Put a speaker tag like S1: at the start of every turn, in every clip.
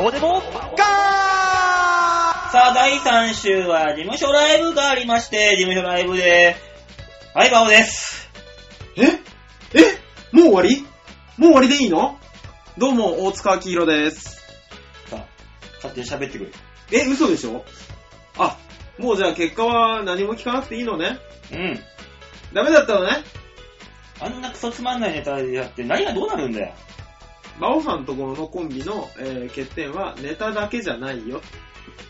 S1: オデモガ
S2: さあ、第3週は事務所ライブがありまして、事務所ライブで、はい、バオです。
S3: ええもう終わりもう終わりでいいのどうも、大塚明宏です。
S2: さあ、勝手に喋ってく
S3: え、嘘でしょあ、もうじゃあ結果は何も聞かなくていいのね
S2: れ。うん。
S3: ダメだったのね
S2: あんなクソつまんないネタでやって何がどうなるんだよ。
S3: バオさんところのコンビの、えー欠点はネタだけじゃないよ。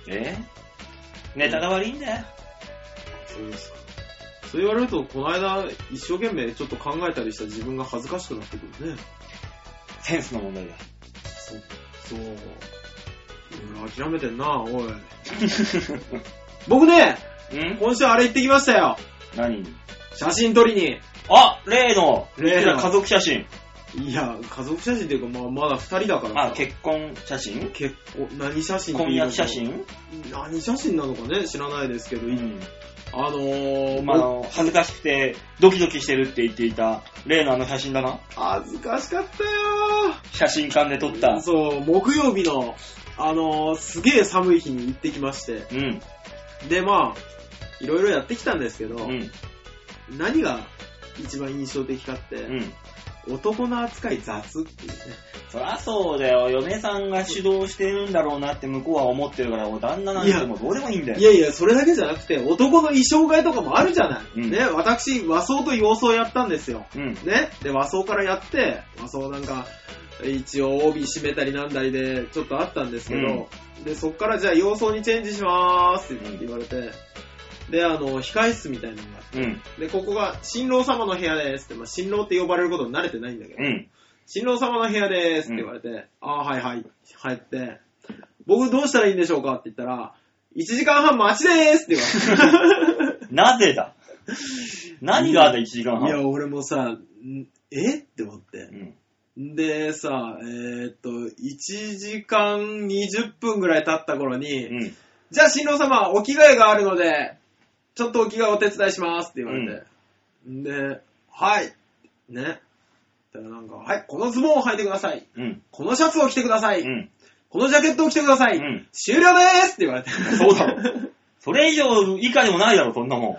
S2: えネタが悪いんだよ。
S3: そうですか。そう言われると、この間、一生懸命ちょっと考えたりした自分が恥ずかしくなってくるね。
S2: センスの問題だ。
S3: そう。そう。俺諦めてんな、おい。僕ね、
S2: うん
S3: 今週あれ行ってきましたよ。
S2: 何
S3: 写真撮りに。
S2: あ、例の、
S3: 例の
S2: 家族写真。
S3: いや、家族写真っていうか、まあ、まだ二人だから
S2: あ、結婚写真
S3: 結構、何写真って
S2: 婚
S3: いうの
S2: 約写真
S3: 何写真なのかね、知らないですけど、
S2: うん。
S3: あのー、
S2: まああの、恥ずかしくて、ドキドキしてるって言っていた、例のあの写真だな。
S3: 恥ずかしかったよ
S2: 写真館で撮っ
S3: ー
S2: た。
S3: そう、木曜日の、あのー、すげえ寒い日に行ってきまして、
S2: うん。
S3: で、まあ、いろいろやってきたんですけど、
S2: うん。
S3: 何が一番印象的かって、
S2: うん。
S3: 男の扱い雑っていうね。
S2: そらそうだよ。嫁さんが主導してるんだろうなって向こうは思ってるから、お旦那なんてもうどうでもいいんだ
S3: い
S2: よ。
S3: やいや、それだけじゃなくて、男の衣装替えとかもあるじゃない。
S2: うん
S3: ね、私、和装と洋装やったんですよ。
S2: うん。
S3: ね、で、和装からやって、和装なんか、一応帯締めたりなんだりで、ちょっとあったんですけど、で、そっからじゃあ洋装にチェンジしまーすって言われて、で、あの、控室みたいなのがあっ
S2: うん。
S3: て、で、ここが新郎様の部屋ですって、まあ、新郎って呼ばれることに慣れてないんだけど、
S2: うん。
S3: 新郎様の部屋ですって言われて、あーはいはい、入って、僕どうしたらいいんでしょうかって言ったら、1時間半待ちでーすって言われて。
S2: なぜだ何があった1時間
S3: い
S2: 半。
S3: や、俺もさ、んえって思って。
S2: うん。
S3: でさ、えーっと、1時間20分ぐらい経った頃に、
S2: うん。
S3: じゃあ新郎様、お着替えがあるので、ちょっとお着替えお手伝いしますって言われて、で、はい、ね。だからなんか、はい、このズボンを履いてください。
S2: うん。
S3: このシャツを着てください。
S2: うん。
S3: このジャケットを着てください。
S2: うん
S3: 終了でーすって言われて。
S2: そうだろそれ以上以下でもないだろ、そんなも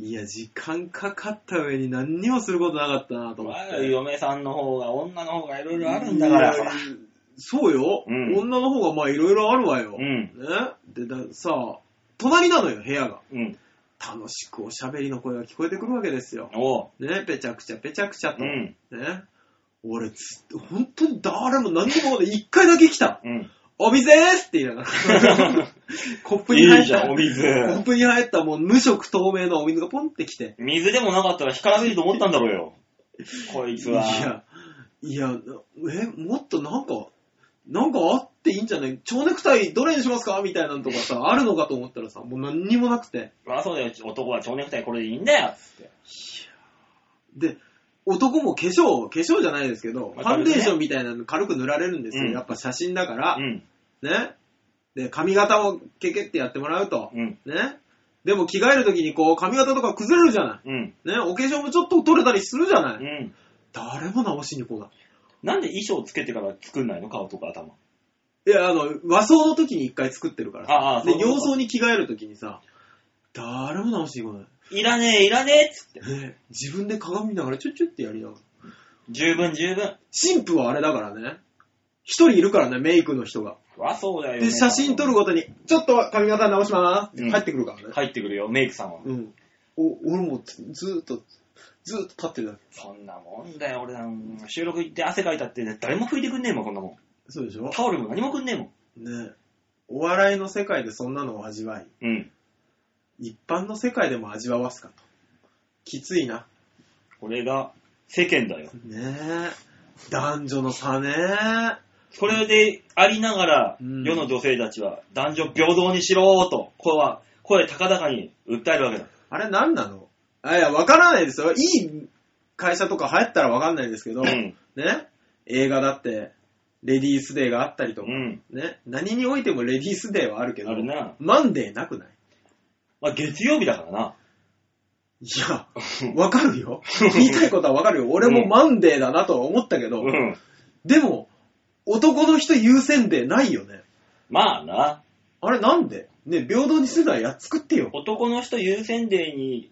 S2: ん。
S3: いや、時間かかった上に何にもすることなかったなと思って。
S2: 嫁さんの方が、女の方がいろいろあるんだから。
S3: い
S2: ほ
S3: や
S2: ら
S3: そうよ、
S2: うん
S3: 女の方がまあいろいろあるわよ。
S2: うん。
S3: ね、でださあ隣なのよ部屋が
S2: うん。
S3: 楽しくおしゃべりの声が聞こえてくるわけですよ、
S2: おう。
S3: ね、ぺちゃくちゃぺちゃくちゃと、
S2: うん。
S3: ね、俺つ本当に誰も何にもね一回だけ来た
S2: うん。
S3: 「お水です!」って言いながら コップに
S2: い
S3: 入
S2: い
S3: っ
S2: じゃ
S3: た
S2: ん、お
S3: コッ
S2: 水。
S3: プに入ったもう無色透明のお水がポンってきて
S2: 水でもなかったら光らせると思ったんだろうよ。 こい
S3: い
S2: つは。
S3: やいやえもっとなんかなんかあっていいんじゃない蝶ネクタイどれにしますかみたいなのとかさあるのかと思ったらさもう何にもなくて
S2: まあそうだよ、男は蝶ネクタイこれでいいんだよ、つって。
S3: で、男も化粧、化粧じゃないですけど、フ
S2: わか
S3: ァン
S2: るね
S3: デーションみたいなの軽く塗られるんですよ。
S2: うん
S3: やっぱ写真だから、
S2: うん。
S3: ね。で、髪型をケケってやってもらうと、
S2: うん。
S3: ね。でも着替える時にこう髪型とか崩れるじゃな
S2: うん。
S3: い。ね。お化粧もちょっと取れたりするじゃな
S2: う
S3: い。
S2: ん。
S3: 誰も直しに来な
S2: なんで衣装つけてから作んないの顔とか頭。
S3: い。いや、あの、和装の時に一回作ってるからさ。
S2: ああ、
S3: で、
S2: そう
S3: 洋装に着替える時にさ、誰も直しに来ない。
S2: いらねえ、いらねえ、つって。
S3: ね、自分で鏡見ながらチュッチュッってやりながら。
S2: 十分、十分。
S3: 神父はあれだからね。一人いるからね、メイクの人が。
S2: わ、そうだよ。
S3: で、写真撮るごとに、ちょっと髪型直しまーすって入ってくるからね。
S2: 入ってくるよ、メイクさんは。
S3: うん。お、俺もずずーっと、ずーっと立ってるだけ。
S2: そんなもんだよ、俺なんか収録行って汗かいたって、誰も拭いてくんねえもん、こんなも
S3: そうでしょ
S2: ん。タオルも何もくんねえもん。
S3: ねお笑いの世界でそんなのを味わい、
S2: うん。
S3: 一般の世界でも味わわすかと。きついな。
S2: これが世間だよ。
S3: ねえ。男女の差ねー
S2: これでありながら、
S3: うん
S2: 世の女性たちは男女平等にしろーと、声は、声高々に訴えるわけだ。
S3: あれ何なのあいや、わからないですよ。いい会社とか流行ったらわかんないですけど、
S2: うん。
S3: ね、映画だって、レディースデーがあったりとか、
S2: うん。
S3: ね、何においてもレディースデーはあるけど
S2: あ、るな。
S3: マンデーなくない
S2: まあ、月曜日だからな。
S3: いや、わかるよ。言いたいことはわかるよ。俺もマンデーだなとは思ったけど、
S2: うん。
S3: でも、男の人優先でないよね。
S2: まあな、
S3: あれなんでね、平等にするならやっつくってよ。
S2: 男の人優先デーに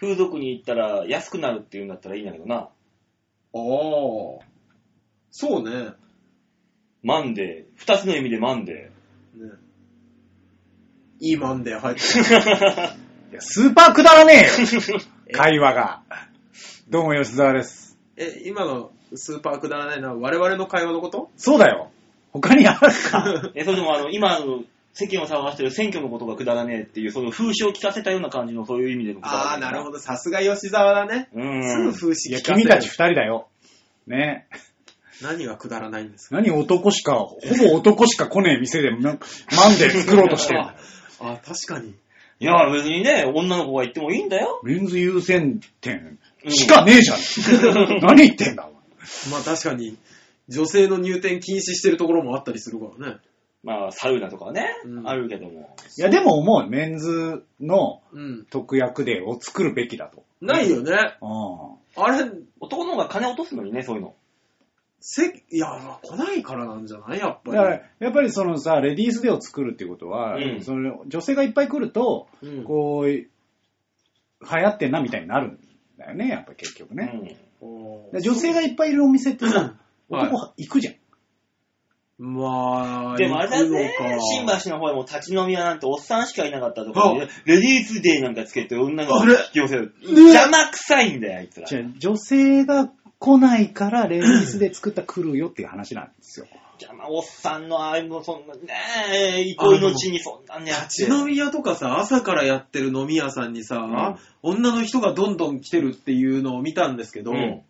S2: 風俗に行ったら安くなるっていうんだったらいいんだけどな。
S3: ああ。そうね。
S2: マンデー。二つの意味でマンデ
S3: ねいいマンデー入ってる。
S2: ー。
S4: いやスーパーくだらねえよ 会話が。どうも吉沢です。
S3: え、今のスーパーくだらないのは我々の会話のこと
S4: そうだよ。他にあるか
S2: え、それともあの、今あの、世間を騒がしてる選挙のことがくだらねえっていう、その風刺を聞かせたような感じの、そういう意味でのくだらねえ。ど。
S3: ど。さすが吉沢だね。
S2: う
S3: すぐ
S2: ん。
S3: 風
S4: い
S3: 刺
S4: や、
S3: 聞かせ
S4: 君
S3: る
S4: たち二人だよ。ね
S3: 何がくだらないんですか
S4: 何男しか、ほぼ男しか来ねえ店で、なんかマンデー作ろうと してる。
S3: あ、確かに。
S2: いや、別にね、女の子が行ってもいいんだよ。
S4: メンズ優先店しかねえじゃ ん。何言ってんだ、お前
S3: まあ確かに、女性の入店禁止してるところもあったりするからね。
S2: まあ、サウナとかね、
S3: うん
S2: あるけども。
S4: いや、でも思う。メンズの
S3: うん。
S4: 特約デーを作るべきだと。
S3: ないよね。
S4: うん。
S3: あれ、
S2: 男の方が金落とすのにね、そういうの。
S3: せ、いや、まあ来ないからなんじゃないやっぱ
S4: だから、やっぱりそのさ、レディースデーを作るっていうことは、
S2: うん
S4: その女性がいっぱい来ると、
S3: り。うん
S4: こう、流行ってんなみたいになるんだよね、やっぱ結局ね。
S3: お
S4: で
S3: ー
S4: 女性がいっぱいいるお店ってさ、
S3: はい
S4: 男は行くじゃん。
S3: ま
S2: う
S3: あ、
S2: ん。でもあれだね
S3: 行くのか、
S2: 新橋の方でも立ち飲み屋なんておっさんしかいなかったと
S3: あ
S2: ころで、レディースデーなんかつけて女が
S3: あれ
S2: 引き寄せる。
S3: ね
S2: 邪魔くさいんだよ、あいつら。
S4: じゃあ女性が来ないから、レディースで作った来るよっていう話なんですよ。
S2: 邪魔、おっさんのああいうの、そんな、ねえ、憩いの地にそんなんねやって。
S3: 立ち飲み屋とかさ、朝からやってる飲み屋さんにさ、女の人がどんどん来てるっていうのを見たんですけど、
S2: うん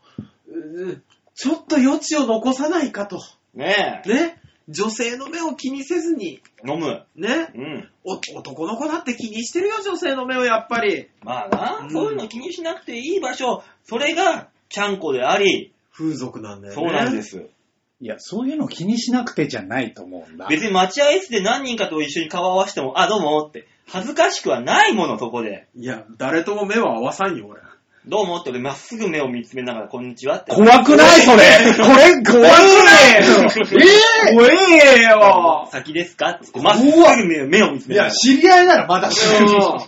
S3: うんちょっと余地を残さないかと。
S2: ね
S3: ね。女性の目を気にせずに、
S2: え、飲む。
S3: ね。
S2: うん。
S3: お男の子だって気にしてるよ、女性の目をやっぱり。
S2: まあな、
S3: うん
S2: そういうの気にしなくていい場所、それが、ちゃんこであり、
S3: 風俗なんだよね。
S2: そうなんです。
S4: いや、そういうの気にしなくてじゃないと思うんだ。
S2: 別に待合室で何人かと一緒に顔合わせても、あ、どうもって、恥ずかしくはないもの、そこで。
S3: いや、誰とも目は合わさんよ、 俺。
S2: どうもって俺、まっすぐ目を見つめながら、こんにちはって。
S4: 怖くないそれこれ怖くないえ怖えよ
S2: 先ですかって言って、まっすぐ目を目を見つ
S4: い
S2: めなが
S4: や、
S2: ら。
S4: 知り合いならまだし
S3: うん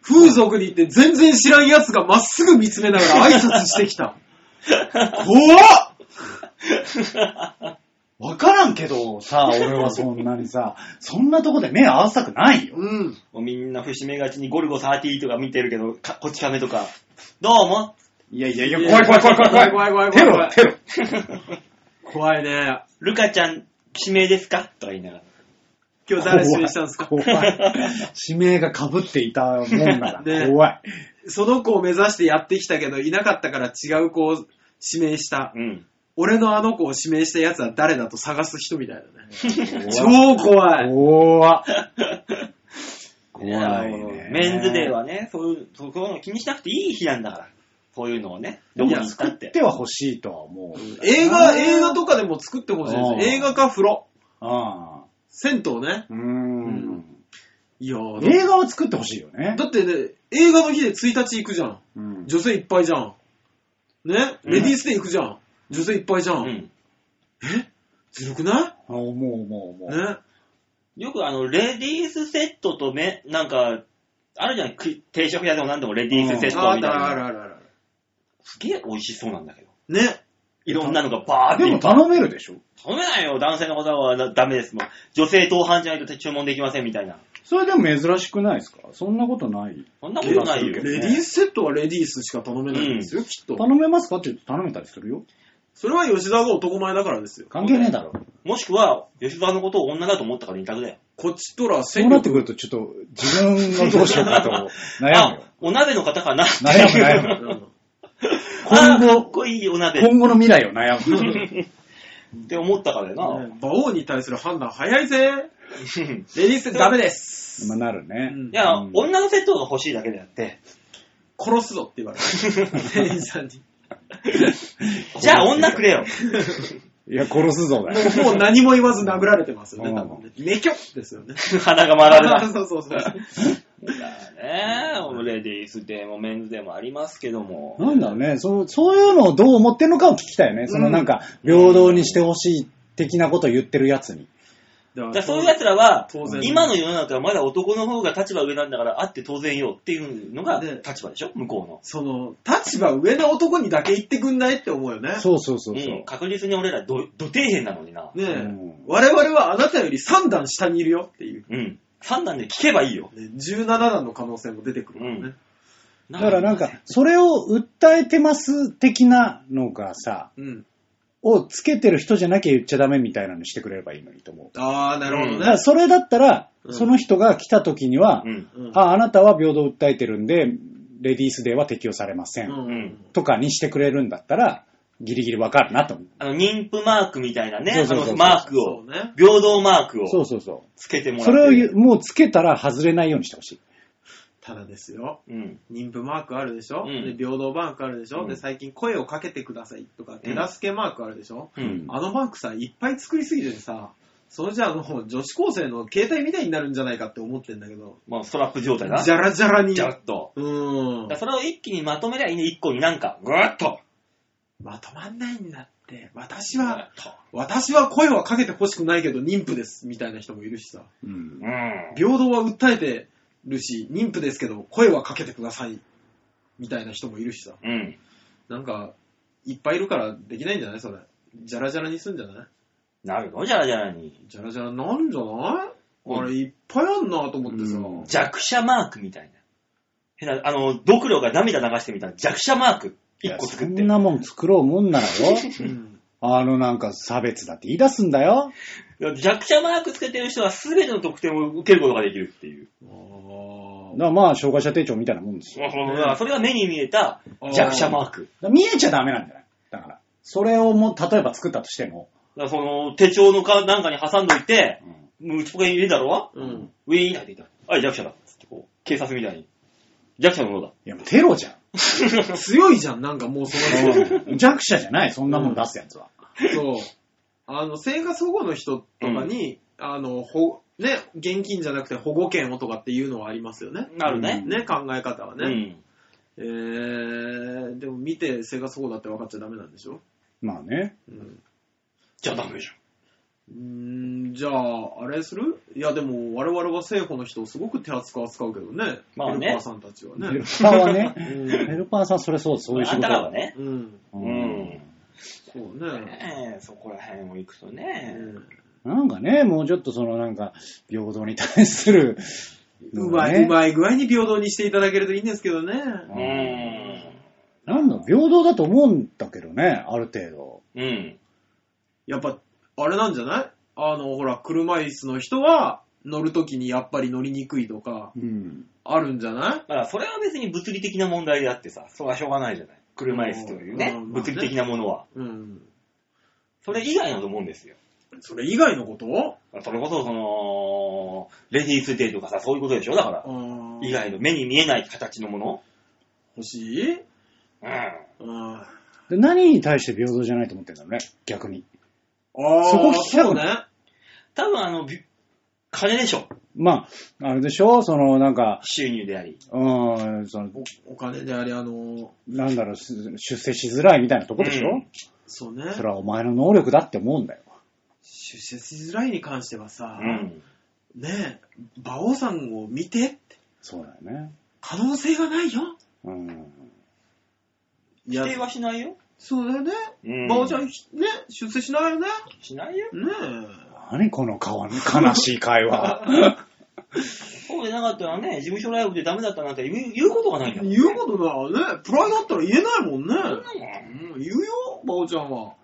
S3: 風俗に行って全然知らん奴がまっすぐ見つめながら挨拶してきた。
S4: 怖っわからんけどさ、俺はそんなにさ、そんなとこで目合わせたくないよ。
S3: うん。
S2: もうみんな節目がちにゴルゴ30とか見てるけど、かこっち亀とか、どうも
S4: いやいやい
S3: や 怖い怖い怖い怖い怖い怖い怖い
S4: テロ、テロ。
S3: 怖いね。
S2: ルカちゃん、指名ですかとか言いながら。
S3: 今日誰指名したんですか
S4: 怖い。指名が被っていたもん なら、
S3: ね
S4: 怖い。
S3: その子を目指してやってきたけど、いなかったから違う子を指名した。
S2: うん。
S3: 俺のあの子を指名した奴は誰だと探す人みたいだね。超
S4: 怖い
S3: 怖い。
S4: 怖
S2: いや
S4: 怖い
S2: もう
S4: ね。
S2: メンズデーはね、そういう、そういうの気にしなくていい日なんだから。そういうのをね、どこに行ったっ
S4: や
S2: て。
S4: っては欲しいとは思う。
S3: 映画、映画とかでも作ってほしいです
S4: うん
S3: ね。映画か風呂。
S4: ああ。
S3: 銭湯ね。
S4: うーん。
S3: いやー
S4: 映画は作ってほしいよね。
S3: だってね、映画の日で1日行くじゃん。
S4: うん
S3: 女性いっぱいじゃん。ね、
S2: うん
S3: レディースで行くじゃん。女性いっぱいじゃん。
S2: うん。
S3: ずるくな
S4: あもうもうも。
S3: いうね。
S2: よくあの、レディースセットとめ、なんか、あるじゃん、く定食屋でも何でもレディースセット
S3: あ
S2: み
S3: る
S2: たい
S3: ある
S2: な。
S3: あるある。
S2: すげえ美味しそうなんだけど。
S3: ね。
S2: いろんなのがバーって
S4: で
S2: い
S4: も
S2: っぱい。
S4: 頼めるでしょ
S2: 飲めないよ、男性の方はだダメですもん。女性当伴じゃないと注文できませんみたいな。
S4: それでも珍しくないですかそんなことない。
S2: そんなことない
S4: いや
S2: よ
S4: す。る
S3: レディースセットはレディースしか頼めないんですよ、きっと
S4: 頼。めますかって言うと頼めたりするよ。
S3: それは吉沢が男前だからですよ。
S4: 関係ねえだろ。
S2: もしくは、吉沢のことを女だと思ったから二択だよ。
S3: こっちとら
S4: そう
S3: 戦
S4: なって
S3: 力。
S4: くるとちょっと自分がどうしようかと悩むよ
S2: あ。、お鍋の方かなって
S4: 悩む悩む。
S3: うん
S4: 今
S2: あかっ
S4: 後、
S2: こいいお鍋っ
S4: 今後の未来を悩む。
S2: て思ったから な。
S3: ね馬王に対する判断早い
S2: う
S3: ぜ。
S2: ん
S3: レディースセットダメです。
S4: まあなる
S3: う
S4: ね。
S3: ん
S2: いや、
S4: うん
S2: 女のセットが欲しいだけであって、
S3: 殺すぞって言われた。店員さんに。
S2: じゃあ女くれよ。
S4: いや、殺すぞだよ。
S3: もう何も言わず殴られてますよね、
S4: うん
S3: 多分ね。めきょですよね。
S2: 鼻が回られた。
S3: そうそうそう。
S2: ねえ、レディースデーもメンズデーもありますけども。
S4: なんだろうね、そう、そういうのをどう思ってるのかを聞きたいよね。そのなんか、
S2: うん
S4: 平等にしてほしいっ的なこと言ってるやつに。
S3: だ
S2: だからそういう奴らは
S3: 当然、
S2: 今の世の中はまだ男の方が立場上なんだから、あって当然よっていうのが
S3: ね
S2: 立場でしょ向こうの。
S3: その、立場上の男にだけ言ってくんないって思うよね。
S4: そうそうそう
S2: う
S4: そ
S2: ん
S4: う。
S2: 確実に俺らど、ど底辺なのにな。
S3: ねえ、
S4: うん
S3: 我々はあなたより3段下にいるよっていう。
S2: うん。判断で聞けばいいよ。
S3: ね、17段の可能性も出てくるからね。
S4: だからなんか、それを訴えてます的なのがさ、
S3: うん。
S4: をつけてる人じゃなきゃ言っちゃダメみたいなのしてくれればいいのにと思
S3: ああ、なるほど
S4: う。だか
S3: ね
S4: ら。それだったら、
S3: うん
S4: その人が来た時には、
S2: うん。
S3: うん
S4: あ、あなたは平等を訴えてるんで、レディースデーは適用されませ。
S3: うんん
S2: うん
S4: とかにしてくれるんだったら、ギリギリわかるなと思う。
S2: あの、妊婦マークみたいなね、
S4: そう
S2: あ
S4: そうそう
S2: の、マーク
S3: そ
S2: を、
S3: うね。
S2: 平等マーク
S4: そ
S2: を
S4: うそうそ
S2: つけても
S4: う。
S2: らっ
S4: そ
S2: て。
S4: れをゆもうつけたら外れないようにしてほしい。
S3: ただですよ。
S2: うん。
S3: 妊婦マークあるでしょ、
S2: うん
S3: で平等マークあるでしょ、
S2: うん
S3: で最近声をかけてくださいとか手助けマークあるでしょ、
S2: うん。
S3: あのマークさ、いっぱい作りすぎてさ、それじゃああの女子高生の携帯みたいになるんじゃないかって思ってんだけど、
S2: まあ、ストラップ状態な。
S3: じゃらじゃらに。
S2: じゃっと。
S3: う
S2: だ
S3: ーん
S2: から。それを一気にまとめりゃいいね、一個になんか、ぐーっと。
S3: まとまんないんだって。私
S2: ぐ
S3: は
S2: ー、っと。
S3: 私は声はかけてほしくないけど妊婦です、みたいな人もいるしさ。
S4: うん
S2: う。ん。
S3: 平等は訴えてるし、妊婦ですけど声はかけてください、みたいな人もいるしさ。
S2: うん。
S3: なんか、いっぱいいるからできないんじゃないそれ。じゃらじゃらにすんじゃない
S2: なるのじゃらじゃらに。
S3: じゃらじゃらなんじゃない
S2: うん
S3: あれいっぱいあんなと思ってさ。
S4: うん
S2: 弱者マークみたいな。へな、あの、ドクロが涙流してみたら弱者マーク。
S4: い
S2: 一
S4: や
S2: 個作
S4: そ
S2: って
S4: ん。なもん作ろうもんならよ。
S3: うん
S4: あのなんか差別だって言い出すんだよ。
S2: 弱者マークつけてる人は全ての得点を受けることができるっていう。
S4: だからまあ、障害者手帳みたいなもんですよ。
S2: それが目に見えた弱者マーク。
S4: だから見えちゃダメなんじゃないだから。それをもう、例えば作ったとしても、
S2: だからその手帳のかなんかに挟んどいて、もう内ポケに入れたろ
S3: うん。うん。
S2: ウィーン入っていた。あ、弱者だ。つってこう、警察みたいに。弱者のものだ。
S4: いや、もうテロじゃん。
S3: 強いじゃん、なんかもうその人。
S4: 弱者じゃない、そんなもん出すやつは。
S3: そう。あの、生活保護の人とかに、あの、ほ、ね、現金じゃなくて保護券をとかっていうのはありますよね。
S2: なるね。
S3: ね、考え方は
S2: う
S3: ね。
S2: ん。
S3: えー、でも見て生活保護だって分かっちゃダメなんでしょ
S4: まあね。
S3: うん。
S2: じゃあダメじゃん。
S3: うーんじゃあ、あれするいや、でも、我々は生保の人をすごく手厚く扱うけどね。
S2: まあね
S3: ヘルパーさんたちは
S4: ヘ
S3: ね。
S4: ルパーはね、
S3: う
S4: ヘルパーさんそれそう、そういう仕
S2: あんた
S4: 事
S2: ら
S4: だ
S2: は。ね。
S3: ん。うん。
S4: う
S2: うん
S4: ん。
S3: そうね。
S2: ねえそこら辺を行くと
S3: う
S2: ね。
S3: ん
S4: なんかね、もうちょっとそのなんか、平等に対する
S3: う
S4: の
S3: ま
S4: が
S3: い、
S4: ね、
S3: うまい具合に平等にしていただけるといいんですけどね。
S2: うーん。
S4: なんだ、平等だと思うんだけどね、ある程度。
S2: うん。
S3: やっぱ、あれなんじゃないあの、ほら、車椅子の人は、乗るときにやっぱり乗りにくいとか、
S4: うん。
S3: あるんじゃない
S2: まあ、それは別に物理的な問題であってさ、それはしょうがないじゃない。車椅子というね、
S3: うん
S2: 物理的なものは。
S3: うん。
S2: それ以外のと思うんですよ。
S3: それ以外のこと
S2: それこそ、その、レディースデーとかさ、そういうことでしょだから、
S3: うん
S2: 以外の目に見えない形のもの
S3: 欲しい
S2: うん。
S3: うん。
S4: で何に対して平等じゃないと思ってんだろうね、逆に。
S3: あー
S4: そこ聞きた
S3: そ
S4: く
S3: う
S4: ない
S3: ね。
S2: 多分あの、び金でしょ
S4: まあ、あれでしょその、なんか、
S2: 収入であり。
S4: うーん、その、
S3: お金であり、あの、
S4: なんだろう、す出世しづらいみたいなとこでしょ、
S2: うん
S3: そうね。
S4: それはお前の能力だって思うんだよ。
S3: 出世しづらいに関してはさ、
S2: うん。
S3: ねえ、馬王さんを見て、
S4: そうだよね。
S3: 可能性がないよ。
S4: うん。
S3: い
S2: 否定はしないよ。
S3: そうだよね。
S2: うん
S3: 馬王ちゃん、ひね、出世しないよね。
S2: しないよ。
S3: ね
S4: 何この顔悲しい会 話。
S2: そうでなかったらね、事務所ライブでダメだったなんて言う言うことがないん
S3: え。
S2: だもん。
S3: 言うことだよね。プライドあったら言えないもんね。
S2: そんなもん
S3: うん、言うよ、馬王ちゃんは。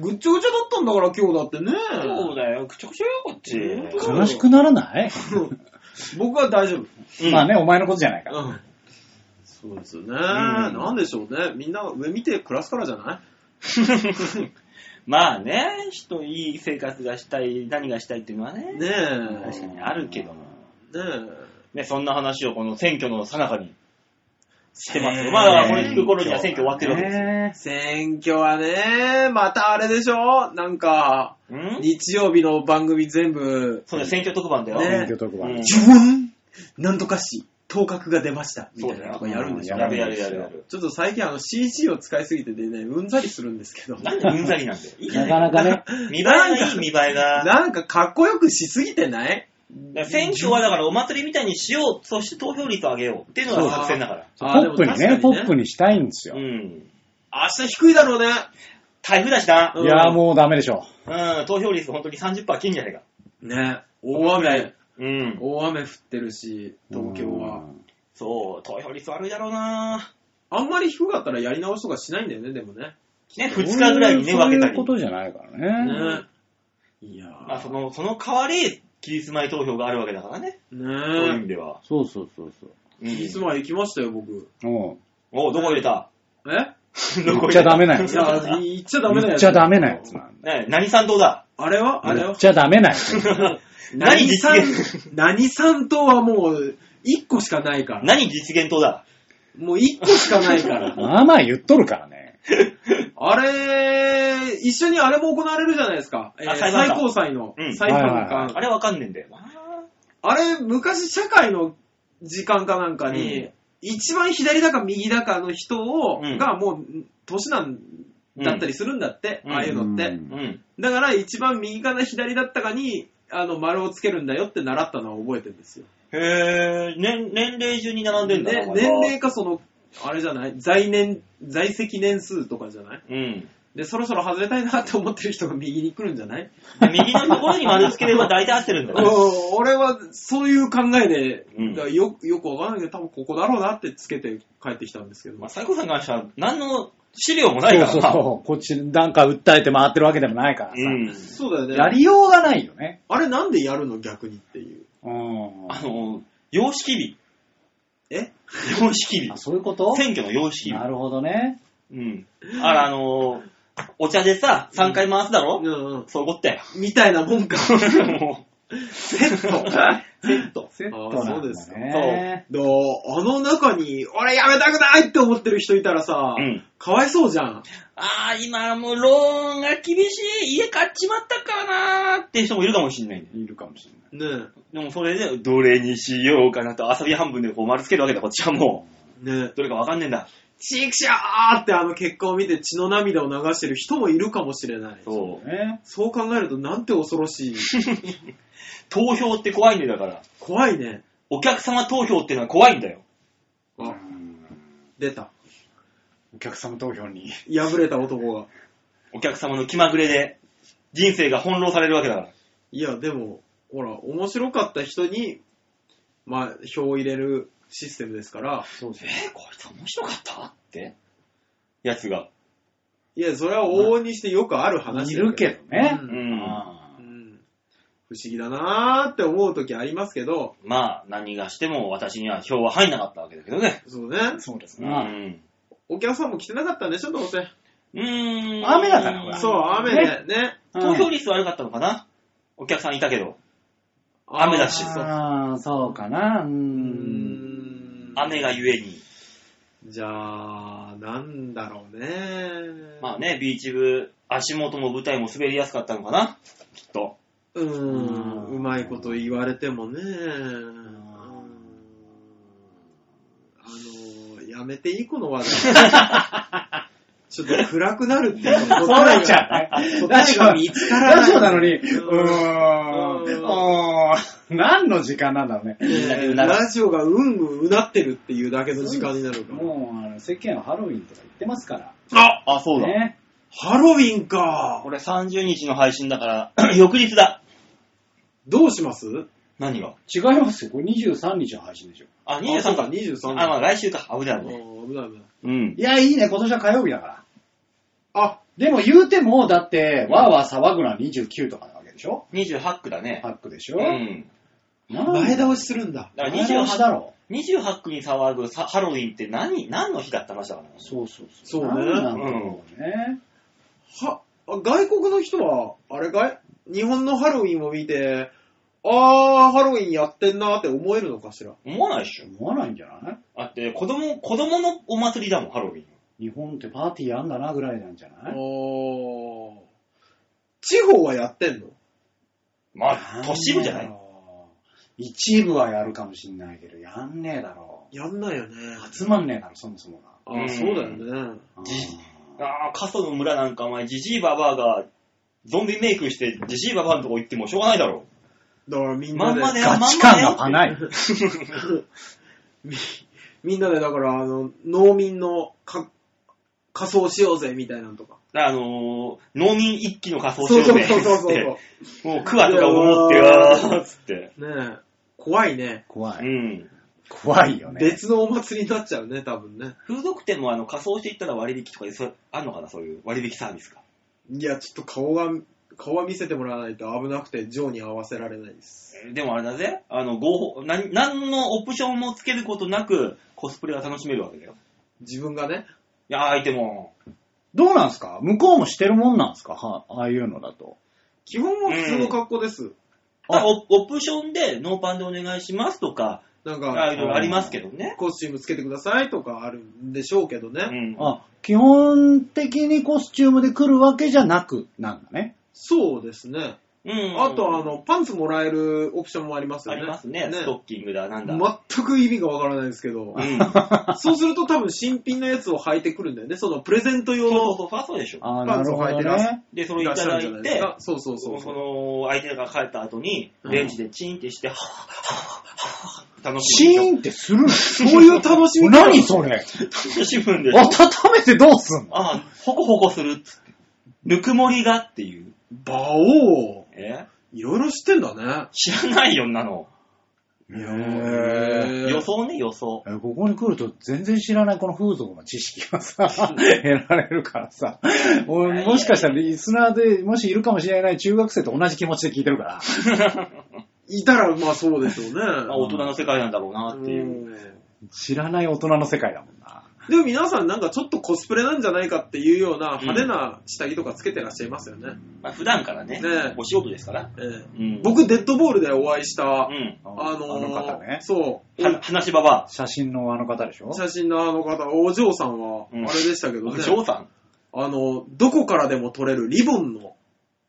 S3: ぐっちゃぐちゃだったんだから今日だってね。
S2: そうだよ。くちょくちょよ、こっち。
S3: 本当だよ
S4: 悲しくならない、
S3: 僕は大丈夫。
S2: うん
S4: まあね、お前のことじゃないから。
S3: うん。そうですよね。
S2: ん
S3: なんでしょうね。みんな上見て暮らすからじゃない
S2: まあね、人いい生活がしたい、何がしたいっていうのはね、
S3: ねえ。
S2: 確かにあるけども。
S3: ね
S2: ね、そんな話をこの選挙の最中にしてます
S3: え
S2: よ。
S3: ー
S2: まあ、これ聞く頃には選挙終わってるわけですよ。
S4: ね
S3: え。選挙はね、またあれでしょなんか、
S2: うん
S3: 日曜日の番組全部、
S2: そうだよ、選挙特番だよ。
S3: ね
S4: 選挙特番。
S2: うん
S3: ジュワンなんとか市、頭角が出ました、みたいなと
S2: そ
S3: か
S2: うだよ
S3: やるんでしょ
S2: やるやるやるやる。
S3: ちょっと最近あの CG を使いすぎてでね、うんざりするんですけど。
S2: なんでうんざりなんだよ。いいじゃ
S4: な
S2: な
S4: か
S2: い
S4: な かね、
S2: 見栄えがいい見栄えが。
S3: なんかかっこよくしすぎてない
S2: 選挙はだからお祭りみたいにしよう、そして投票率を上げようっていうのが作戦だから。
S4: ポップにね、ポップ
S3: に。
S4: にしたいんですよ
S2: う。ん。
S3: 明日低いだろうね。
S2: 台風だしな。
S3: うん
S4: いやーもうダメでしょ。
S2: うん、投票率本当に30%切んじゃないか。
S3: ね、大雨、
S2: うん。
S3: 大雨降ってるし、東京は
S4: う。ん。
S2: そう、投票率悪いだろうな
S3: あんまり低かったらやり直しとかしないんだよね、でもね。
S2: ね、2日ぐらいにね、
S4: そう
S2: 分
S4: い
S2: けた
S4: う
S2: り
S4: こ。とじゃないからね。
S3: ね。いや
S2: まあ、その、その代わり、期日前投票があるわけだからね。そういう意
S3: ね
S2: 味では。
S4: そうそうそうそう。
S2: う
S3: 期日
S2: ん。
S3: 前行きましたよ、僕。
S4: も
S2: おどこ入れた
S3: え
S2: どこ入れた
S4: 言っちゃダメなや
S3: い
S4: つ
S3: や、行っちゃダ
S4: う、
S3: メな
S4: 言
S3: や
S4: っ
S3: つ。
S4: ちゃダメなやつなんだ。
S2: ね何三党だ
S3: あれはあれ
S4: 言
S3: は
S4: っちゃダメなやつ。
S2: 何
S3: 何
S2: 実
S3: 三
S2: 現、
S3: 何三党はもう、一個しかないから。
S2: 何実現党だ
S3: もう一個しかない から。
S4: まあまあ言っとるからね。
S3: あれ、一緒にあれも行われるじゃないですか。えー
S2: 裁判
S3: 最
S2: 官
S3: 高裁の
S2: うん
S3: 裁判
S4: はいはい
S2: あ
S3: 官。
S2: れわかんねえんだよな。
S3: あれ、昔社会の時間かなんかに、
S2: うん
S3: 一番左だか右だかの人を、
S2: うん
S3: がもう、年なんだったりするんだって、
S2: うん
S3: ああいうのって。
S4: うん
S2: うん。
S3: だから一番右かな左だったかに、あの、丸をつけるんだよって習ったのは覚えてるんですよ。
S2: へえ、年、年齢順に並んでんだな
S3: ね
S2: お前
S3: 年
S2: は
S3: 齢かその、あれじゃない在年、在籍年数とかじゃない
S2: うん。
S3: で、そろそろ外れたいなって思ってる人が右に来るんじゃない
S2: で右のところに丸つければ大体合ってるんだよね。
S3: うん俺はそういう考えで、
S2: うん
S3: だからよよくわからないけど、多分ここだろうなってつけて帰ってきたんですけど、
S2: まあ、最高さんに関しては何の資料もない
S4: そう
S2: から
S4: そ
S2: な。
S4: うそう。こっちなんか訴えて回ってるわけでもないからさ。
S2: うん。
S3: そうだよね。
S4: やりようがないよね。
S3: あれなんでやるの逆にっていう。
S4: うん。
S2: あの、様式日。
S3: え
S2: 様式日
S4: あ。そういうこと
S2: 選挙の様式日。
S4: なるほどね。
S2: うん。あら、あのーお茶でさ、3回回すだろ、
S3: うんうん。
S2: そういうこと だよ。
S3: みたいなもんか。
S2: も
S3: セ
S2: う、セ
S3: ット。
S2: ット。
S4: セットなんだね。
S3: だあの中に、俺やめたくないって思ってる人いたらさ、
S2: うん
S3: かわいそうじゃん。
S2: ああ、今もうローンが厳しい、家買っちまったからなーって人もいるかもしんないんだよ。
S4: いるかもしれない。
S3: ね
S2: でもそれで、どれにしようかなと遊び半分でこう丸つけるわけだ、こっちはも
S3: え、ね
S2: う。どれかわかんねえんだ。
S3: チークシャーってあの結果を見て血の涙を流してる人もいるかもしれない。
S2: そう。
S4: ね
S3: そう考えるとなんて恐ろしい。
S2: 投票って怖いんだよ、だから。
S3: 怖いね。
S2: お客様投票っていうのは怖いんだよ。
S4: う
S3: あ、
S4: ん
S3: 出た。
S4: お客様投票に。
S3: 破れた男が。
S2: お客様の気まぐれで、人生が翻弄されるわけだから。
S3: いや、でも、ほら、面白かった人に、まあ、票を入れるシステムですから、
S4: そうそ
S2: えー、こいつ面白かったってやつが。
S3: いや、それは往々にしてよくある話
S4: い
S3: だ
S4: るけどね
S2: う。
S3: うん
S2: ん。
S4: あ
S3: うん不思議だなーって思う時ありますけど、
S2: まあ、何がしても私には票は入んなかったわけだけどね。
S3: そうね
S4: ー。そうです
S2: う
S4: な。
S2: ん。
S3: お客さんも来てなかったんでしょ、どうせ。
S2: うーん。
S4: 雨だからほら
S3: そう、雨でね。
S2: 投票率悪かったのかなお客さんいたけど。
S3: あー
S2: 雨だし
S3: そう
S4: ああ、そうかな。う
S3: うー
S4: ん。
S3: ん
S2: 雨がゆえに。
S3: じゃあ、なんだろうね。
S2: まあね、ビーチ部、足元も舞台も滑りやすかったのかなきっと。
S3: うーん、
S4: うーん
S3: うまいこと言われてもね。あのー、やめていいこの話題。ちょっと暗くなるっていうの
S4: そうなっちゃうね。
S3: 答
S4: ラ
S3: え
S4: ジ
S3: が
S4: オ
S3: 見つからない。
S4: ラジオなのに、う
S3: うん
S4: ーん。あー何の時間なんだろうね。
S3: ねえラジオがうんうんうなってるっていうだけの時間になるから。
S4: もう、あの世間はハロウィンとか言ってますから。
S3: あ
S2: あ、そ
S4: ね。
S3: ハロウィンか
S2: こ。れ30日の配信だから、 翌日だ。
S3: どうします
S2: 何が
S4: 違いますよ。これ23日の配信でしょ。
S2: あ、23か。
S3: 23
S2: あ、
S3: だ
S2: まあ来週か。危な
S3: あ
S2: い危ない。
S3: ー危ない危ない。
S2: うん
S4: い。や、いいね。今年は火曜日だから。
S3: あ、
S4: でも言うても、だって、わーわー騒ぐのは29とかなわけでしょ
S2: 28区だね。
S4: パックでしょ、
S2: うん。
S4: なんだ
S3: 前倒しするんだ。
S2: だから
S4: 前倒しだろ。
S2: 28区に騒ぐさハロウィンって何、何の日だった話だからね。
S4: そうそう
S3: そうね
S4: なんだろうね。
S3: は、あ外国の人は、あれかい日本のハロウィンを見て、あー、ハロウィンやってんなーって思えるのかしら。
S2: 思わないでしょ。
S4: 思わないんじゃない
S2: だって、子供、子供のお祭りだもん、ハロウィン。
S4: 日本ってパーティーやんだなぐらいなんじゃ
S3: あ
S4: ない
S3: ー。地方はやってんの
S2: まあ、都市部じゃない
S4: んだろう一部はやるかもしんないけど、やんねえだろ
S3: やんないよね。
S4: う。つまんねえだろ、そもそもが。
S3: あ
S2: う
S3: あ、
S2: ん
S3: そうだよね。
S4: うん
S2: じああ、過疎の村なんかお前、ジジイババアが、ゾンビメイクして、ジジイババアのとこ行ってもしょうがないだろ。
S3: だからみん
S2: ま
S3: なんで、
S2: まで、ま
S4: 価
S2: んま
S4: 値観が
S2: で。
S4: パない。
S3: みみんなでだから、あの、農民のか仮装しようぜみたいなのとか。
S2: あのー、農民一揆の仮装し
S3: そう
S2: よ
S3: そう
S2: ぜ。
S3: うそうそうそう。
S2: つっ
S3: ね
S2: て もう、クワとか思ってわー、つって。
S3: え。怖いね。
S4: 怖
S2: う
S4: い。
S2: ん。
S4: 怖いよね。
S3: 別のお祭りになっちゃうね、多分ね。
S2: 風俗店もあの仮装していったら割引とかそうあんのかな、そういう割引サービスが。
S3: いや、ちょっと顔が、顔は見せてもらわないと危なくて、ジョーに合わせられないです。
S2: えーでもあれだぜ、あの、合法、何、何のオプションもつけることなく、コスプレが楽しめるわけだよ。
S3: 自分がね。
S2: いやー、相手も。
S4: どうなんすか向こうもしてるもんなんすかはああいうのだと。
S3: 基本は普通の格好です。
S2: ただ
S4: あ
S2: オオプションでノーパンでお願いしますとか、
S3: なん
S2: ああ
S3: か、
S2: いうのありますけどね。
S3: コスチュームつけてくださいとかあるんでしょうけどね。
S2: うん。
S4: あ、基本的にコスチュームで来るわけじゃなく、なんだね。
S3: そうですね。
S2: うん
S3: あと、あ、の、パンツもらえるオプションもありますよ
S2: あ
S3: ね。
S2: りますね。ストッキングだ、なんだ。
S3: 全く意味がわからないですけど
S2: う、 ん。そう
S3: そうすると多分新品のやつを履いてくるんだよね。そのプレゼント
S2: そ
S3: 用
S2: う
S3: の
S2: そう、そりゃそうでしょ。
S4: ああ、
S3: パ
S4: な
S3: ンツ
S4: る
S3: を
S4: ほ
S3: 履い
S4: ど
S3: てらっしゃ
S4: ね。
S2: で、それ
S3: い
S2: い
S3: らったしゃ
S2: だ
S3: るじゃないいです
S2: て、
S3: か。そうそうそう
S2: その、相手が帰った後に、
S3: うん
S2: レンジでチンってして、はぁ、はぁ、はぁ、楽しむ
S4: シーンってするの
S3: そういう楽しみ方
S4: 何それ
S2: 楽しむんですよ。
S4: 温めてどうすんの
S2: ああ、ほこほこするっつって。ぬくもりがっていう。
S3: 馬王、
S2: え
S3: いろいろ知ってんだね。
S2: 知らないよ、んなの。
S4: へ
S3: へー
S2: 予想ね、予想。
S4: えここに来ると全然知らないこの風俗の知識がさ、得られるからさ、俺もしかしたらリスナーでもしいるかもしれない中学生と同じ気持ちで聞いてるから。
S3: いたら、まあそうでしょうね。
S2: まあ、大人の世界なんだろうなっていう。
S3: うん
S4: 知らない大人の世界だもんな。
S3: でも皆さんなんかちょっとコスプレなんじゃないかっていうような派手な下着とかつけてらっしゃいますよね。
S2: まあ、普段からね
S3: ねえ、
S2: お仕事ですから。
S3: ええ
S2: うん、
S3: 僕、デッドボールでお会いした、
S2: う
S3: あ
S2: ん。
S3: の
S4: あ
S3: ー
S4: の方ね。
S3: そう、
S2: は話しばば。
S4: 写真のあの方でしょ
S3: 写真のあの方、お嬢さんは、あ
S2: うん
S3: れでしたけどね、
S2: ジョーさん。
S3: あの、どこからでも取れるリボンの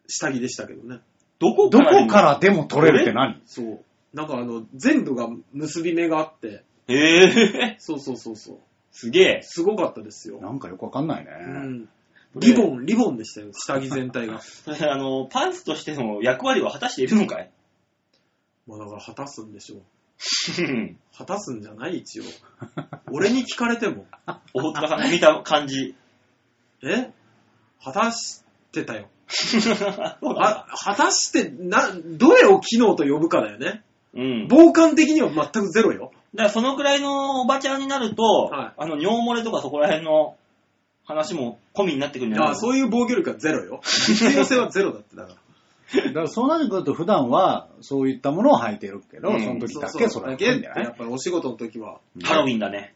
S3: 下着でしたけどね。
S2: どこか
S4: ど
S2: ら
S4: こからでも撮れるって何
S3: そう。なんかあの、全部が結び目があって、
S2: ええ
S3: そうそうそうそう。
S2: すげえ。
S3: すごかったですよ。
S4: なんかよくわかんないね。
S3: うん。リボン、リボンでしたよ、下着全 体が。
S2: それあの、パンツとしての役割は果たしているの かい
S3: まあだから果たすんでしょう。果たすんじゃない一応。俺に聞かれても。
S2: 大塚さんの見た感じ。
S3: え果たしてたよ。
S2: そうだ
S3: あ、果たして、な、どれを機能と呼ぶかだよね。
S2: うん。だか
S3: 傍観的には全くゼロよ。
S2: らそのくらいのおばちゃんになると、
S3: はい
S2: あの、尿漏れとかそこら辺の話も込みになってくるんじゃない
S3: あそういう防御力はゼロよ。必要性はゼロだって、だから。
S4: だからそうなってくると普段はそういったものを履いてるけど、
S2: うん
S4: その時だけそれは
S3: だ
S4: 着て
S3: け
S4: る
S3: っ
S4: ん
S3: て
S4: じゃない
S3: やっぱりお仕事の時は、
S2: ハロウィンだね。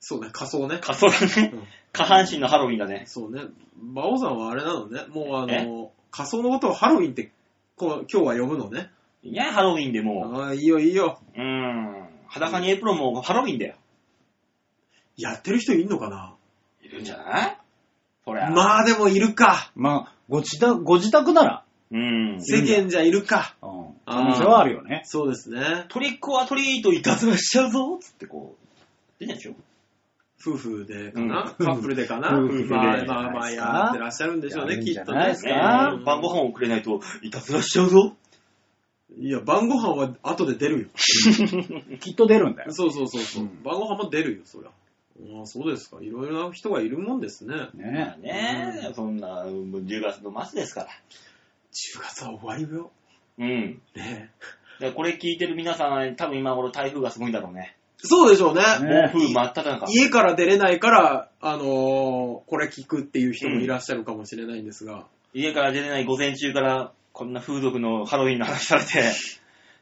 S3: そうね、仮装ね。
S2: 仮想だね
S3: うん。
S2: 下半身のハロウィンだね。
S3: そうね。馬王さんはあれなのね。もうあの
S2: え、
S3: 仮装のことをハロウィンって、こう今日は呼ぶのね。
S2: いや、ハロウィンでも
S3: ああ、いいよいいよ。
S2: う、うーん、裸にエプロンもハロウィンだよ。
S3: やってる人いんのかない
S2: るんじゃないそりゃ。
S3: まあでもいるか。
S4: まあ、ご自宅、ご自宅なら、
S2: うん。
S3: 世間じゃいるか。
S4: うん。
S3: あ
S4: 可
S3: ー
S4: 能性はあるよね。
S3: そうですね。
S2: トリックはトリートいたずらしちゃうぞつってこう。出てんでしょ
S3: 夫婦でかな、
S4: うん
S3: カップルでかな
S4: 夫婦で
S3: まあまあまあやってらっしゃるんでしょうね、
S4: やるん
S3: き
S4: じ
S3: っ
S4: ゃ
S3: と
S4: ないで
S3: ね
S4: す。
S2: ね
S4: か
S2: え晩ご飯をくれないと、いたずらしちゃうぞ。
S3: いや、晩ご飯は後で出るよ。
S4: きっと出るんだよ。
S3: そうそうそうそう、
S4: うん
S3: 晩ご飯も出るよ、そりゃ。ああそうですか。いろいろな人がいるもんですね。10
S2: まあ
S4: ね
S2: ねえ、そんな、うん10月の末ですから。
S3: 月は終わりよ。
S2: うん。
S3: ねえ
S2: でこれ聞いてる皆さん、多分今頃台風がすごいんだろうね。
S3: そうでしょうね。
S4: ね
S2: 暴風真っ只中。
S3: 家から出れないから、あのーこれ聞くっていう人もいらっしゃるかもしれないんですが、
S2: 家から出れない午前中から、こんな風俗のハロウィンの話されて、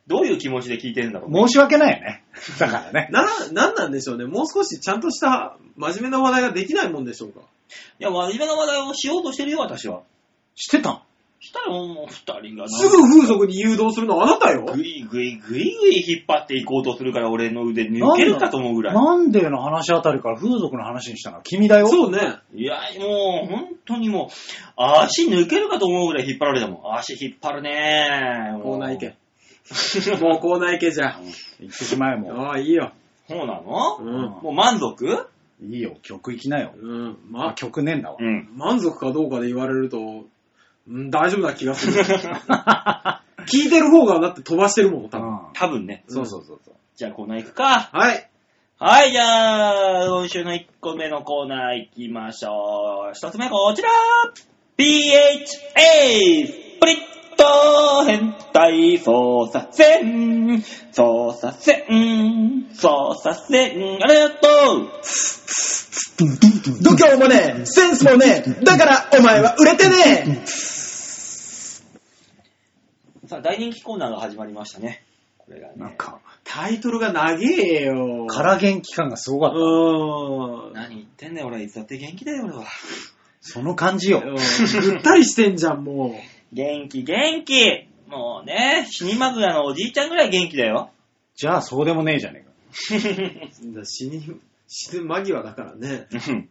S2: どういう気持ちで聞いてるんだろうね。
S4: 申し訳ないよね。だからね。
S3: な、なんなんでしょうね。もう少しちゃんとした真面目な話題ができないもんでしょうか。
S2: いや、真面目な話題をしようとしてるよ、私は。
S4: してたの
S2: したらもう二人がな
S3: すぐ風俗に誘導するのあなたよ。
S2: ぐいぐいぐいぐい引っ張っていこうとするから、俺の腕抜けるかと思うぐらい。
S4: なんでの話あたりから風俗の話にしたのは君だよ。
S3: そうね。
S2: いや、もう、本当にもう、足抜けるかと思うぐらい引っ張られたもん。足引っ張るね
S3: オーナー意見。 もう校内系じゃ。
S4: 行ってしまえも
S3: ああ、いいよ。
S2: そうなの
S3: う、
S4: ん
S3: ん。
S2: もう満足
S4: う。いいよ、曲行きなよ。
S3: うん。ま
S4: あ、
S3: あ、
S4: 曲ねえんだわ。
S2: ん。
S3: 満足かどうかで言われると、うん、大丈夫な気がす る。聞いてる方がだって飛ばしてるもん、多分。
S4: うん
S2: 多分ね。
S4: そうそうそうそう。
S2: じゃあコーナー行くか。
S3: はい。
S2: はい、じゃあ、今週の1個目のコーナー行きましょう。1つ目こちら !PHA! プリット変態操作線操作線操作線ありがとう
S1: 度胸もね えセンスもねえだからお前は売れてね
S2: さあ、大人気コーナーが始まりましたね。これがね。
S4: なんか、
S3: タイトルが長えよ。
S4: から元気感がすごか
S3: う
S4: った。
S3: ーん。
S2: 何言ってんだよ、俺。いつだって元気だよ、俺は。
S4: その感じ
S3: う
S4: よ。
S3: んぐったりしてんじゃん、も
S2: 元気、元気もうね、死にまぐらのおじいちゃんぐらい元気だよ。
S4: じゃあ、そうでもねえじゃねえか。
S3: う。だ死に、死ぬ間際だからね。
S2: うん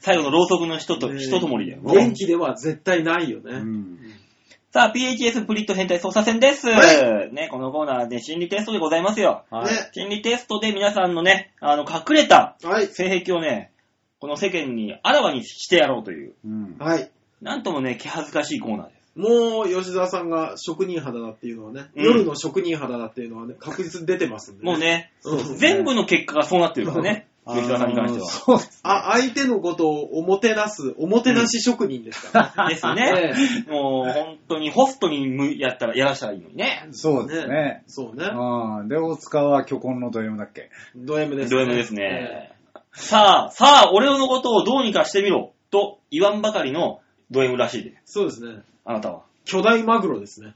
S2: 最後のろうそくのひとと、
S3: ね
S2: ひとともりだよ。
S3: 元気では絶対ないよ
S4: う
S3: ね。
S4: ん。
S2: さあ、PHS プリット変態操作戦です。
S3: は
S2: ね、このコーナーで心理テストでございますよ。
S4: はい。
S3: ね
S2: 心理テストで皆さんのね、あの、隠れた
S3: はい。
S2: 性癖をね、この世間にあらわにしてやろうという、
S4: うん。
S3: はい。
S2: なんともね、気恥ずかしいコーナーです。
S3: もう、吉沢さんが職人肌だっていうのはね、
S2: うん
S3: 夜の職人肌だっていうのはね、確実に出てますんで、
S2: もう。ね、
S3: うん
S2: 全部の結果がそうなってるからね、吉川さんに関しては
S4: あ。のそうです。
S3: あ、相手のことをおもてなす、おもてなし職人ですから。
S2: ですね。もう本当にホストにむやったら、やらしたらいいのにね。
S4: そうですね。
S3: そうね。
S4: うん。で、大塚は巨根のド M だっけ
S3: ド M です
S2: ド M ですね。さあ、さあ、俺のことをどうにかしてみろと言わんばかりのド M らしいで
S3: ええ、そうですね。
S2: あなた は。
S3: 巨大マグロです ね。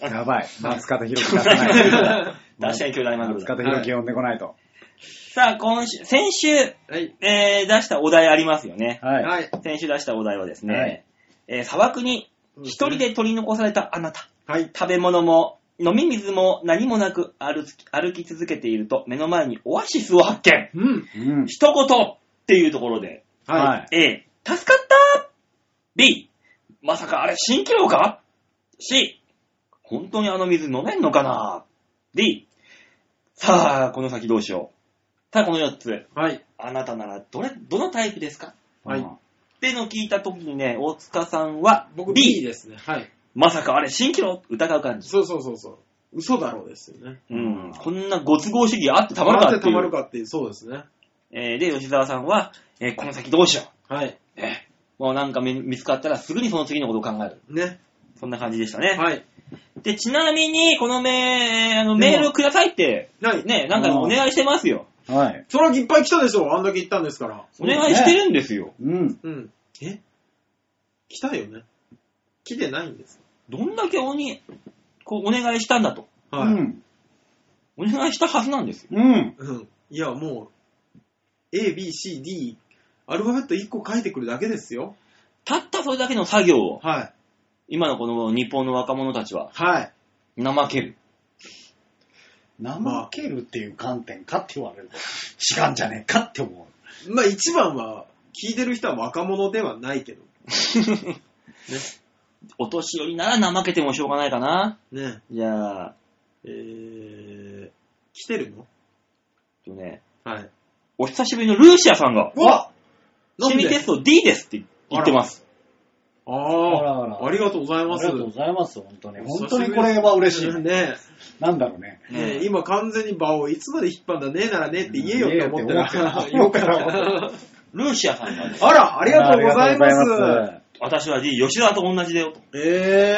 S4: やばい。松方弘樹出さ ないと。
S2: 出したい巨大マグロ
S4: 松
S2: だ。
S4: 方弘樹呼んでこないと。
S2: さあ、今週、先週、
S3: はい。
S2: えー出したお題ありますよね。
S4: はい。
S3: はい。
S2: 先週出したお題はですね、
S4: はい
S2: えー砂漠に一人で取り残されたあなた。
S3: はい。
S2: 食べ物も飲み水も何もなく歩き歩き続けていると目の前にオアシスを発見
S3: うん。
S4: うん。
S2: 一言っていうところで
S3: は。
S4: はいい。
S2: A 助かった B まさかあれ蜃気楼か C 本当にあの水飲めんのかな D さあこの先どうしようさあこの4つ
S3: はい。
S2: あなたならどれどのタイプですか
S3: はい
S4: う
S2: っ
S4: ん
S2: てのを聞いた時にね大塚さんは
S3: 僕 B
S2: B
S3: ですね。はい。
S2: まさかあれ蜃気楼疑う感じ
S3: そうそうそうそう。嘘だろうですよね。
S2: うんこんなご都合主義あってたまるか
S3: な
S2: っ
S3: ん
S2: て
S3: て
S2: い
S3: たまる
S2: う。
S3: かっていう。そうですね。
S2: えーで、吉沢さんは、えーこの先どうしよ
S3: はい。
S2: う。えーもうなんか見見つかったらすぐにその次のことを考える。
S3: ね。
S2: そんな感じでしたね。
S3: はい。
S2: で、ちなみに、このメーあの
S3: でも
S2: メールくださいって、
S3: 何
S2: ね、なんかお願いしてますよ。
S4: はい。
S3: そらいっぱい来たでしょあんだけ行ったんですから。
S2: お願いしてるんですよ。
S4: うん。
S3: うん。え来たよね来てないんです
S2: どんだけ鬼、こう、お願いしたんだと。
S3: か
S4: う
S3: はい。うん。
S4: ん。
S2: お願いしたはずなんですよ。
S4: うん。
S3: いや、もう、A, B, C, D、アルファベット1個書いてくるだけですよ。
S2: たったそれだけの作業を、
S3: はい。
S2: 今のこの日本の若者たちは、
S3: はい。
S2: 怠ける。
S4: 怠けるっていう観点かって言われると違うんじゃねえかって思う。
S3: まあ一番は、聞いてる人は若者ではないけど。
S2: お年寄りなら怠けてもしょうがないかな。
S3: ね。
S2: じゃあ、
S3: えー、来てるの
S2: えっとね、
S3: はい。
S2: お久しぶりのルーシアさんが、
S3: わ
S2: 心理テスト D ですって言ってます。
S4: あらあ
S3: あ
S4: ら
S3: あ、ありがとうございます。
S4: ざいます、本当に
S3: お久しぶ
S4: 本当
S3: り
S4: にこれは嬉しいね。
S3: ね
S4: なんだろうね。
S3: え、ねえ今完全に場をいつまで引っ張んだねえならねえって言えよって思ってるから。
S4: 言えよって思ってる
S3: よ
S2: ルーシアさんがね、
S3: あら、ありがとうございま
S4: ありがとうござい
S3: す。
S4: ます
S2: 私は D、吉田と同じだよと。
S3: え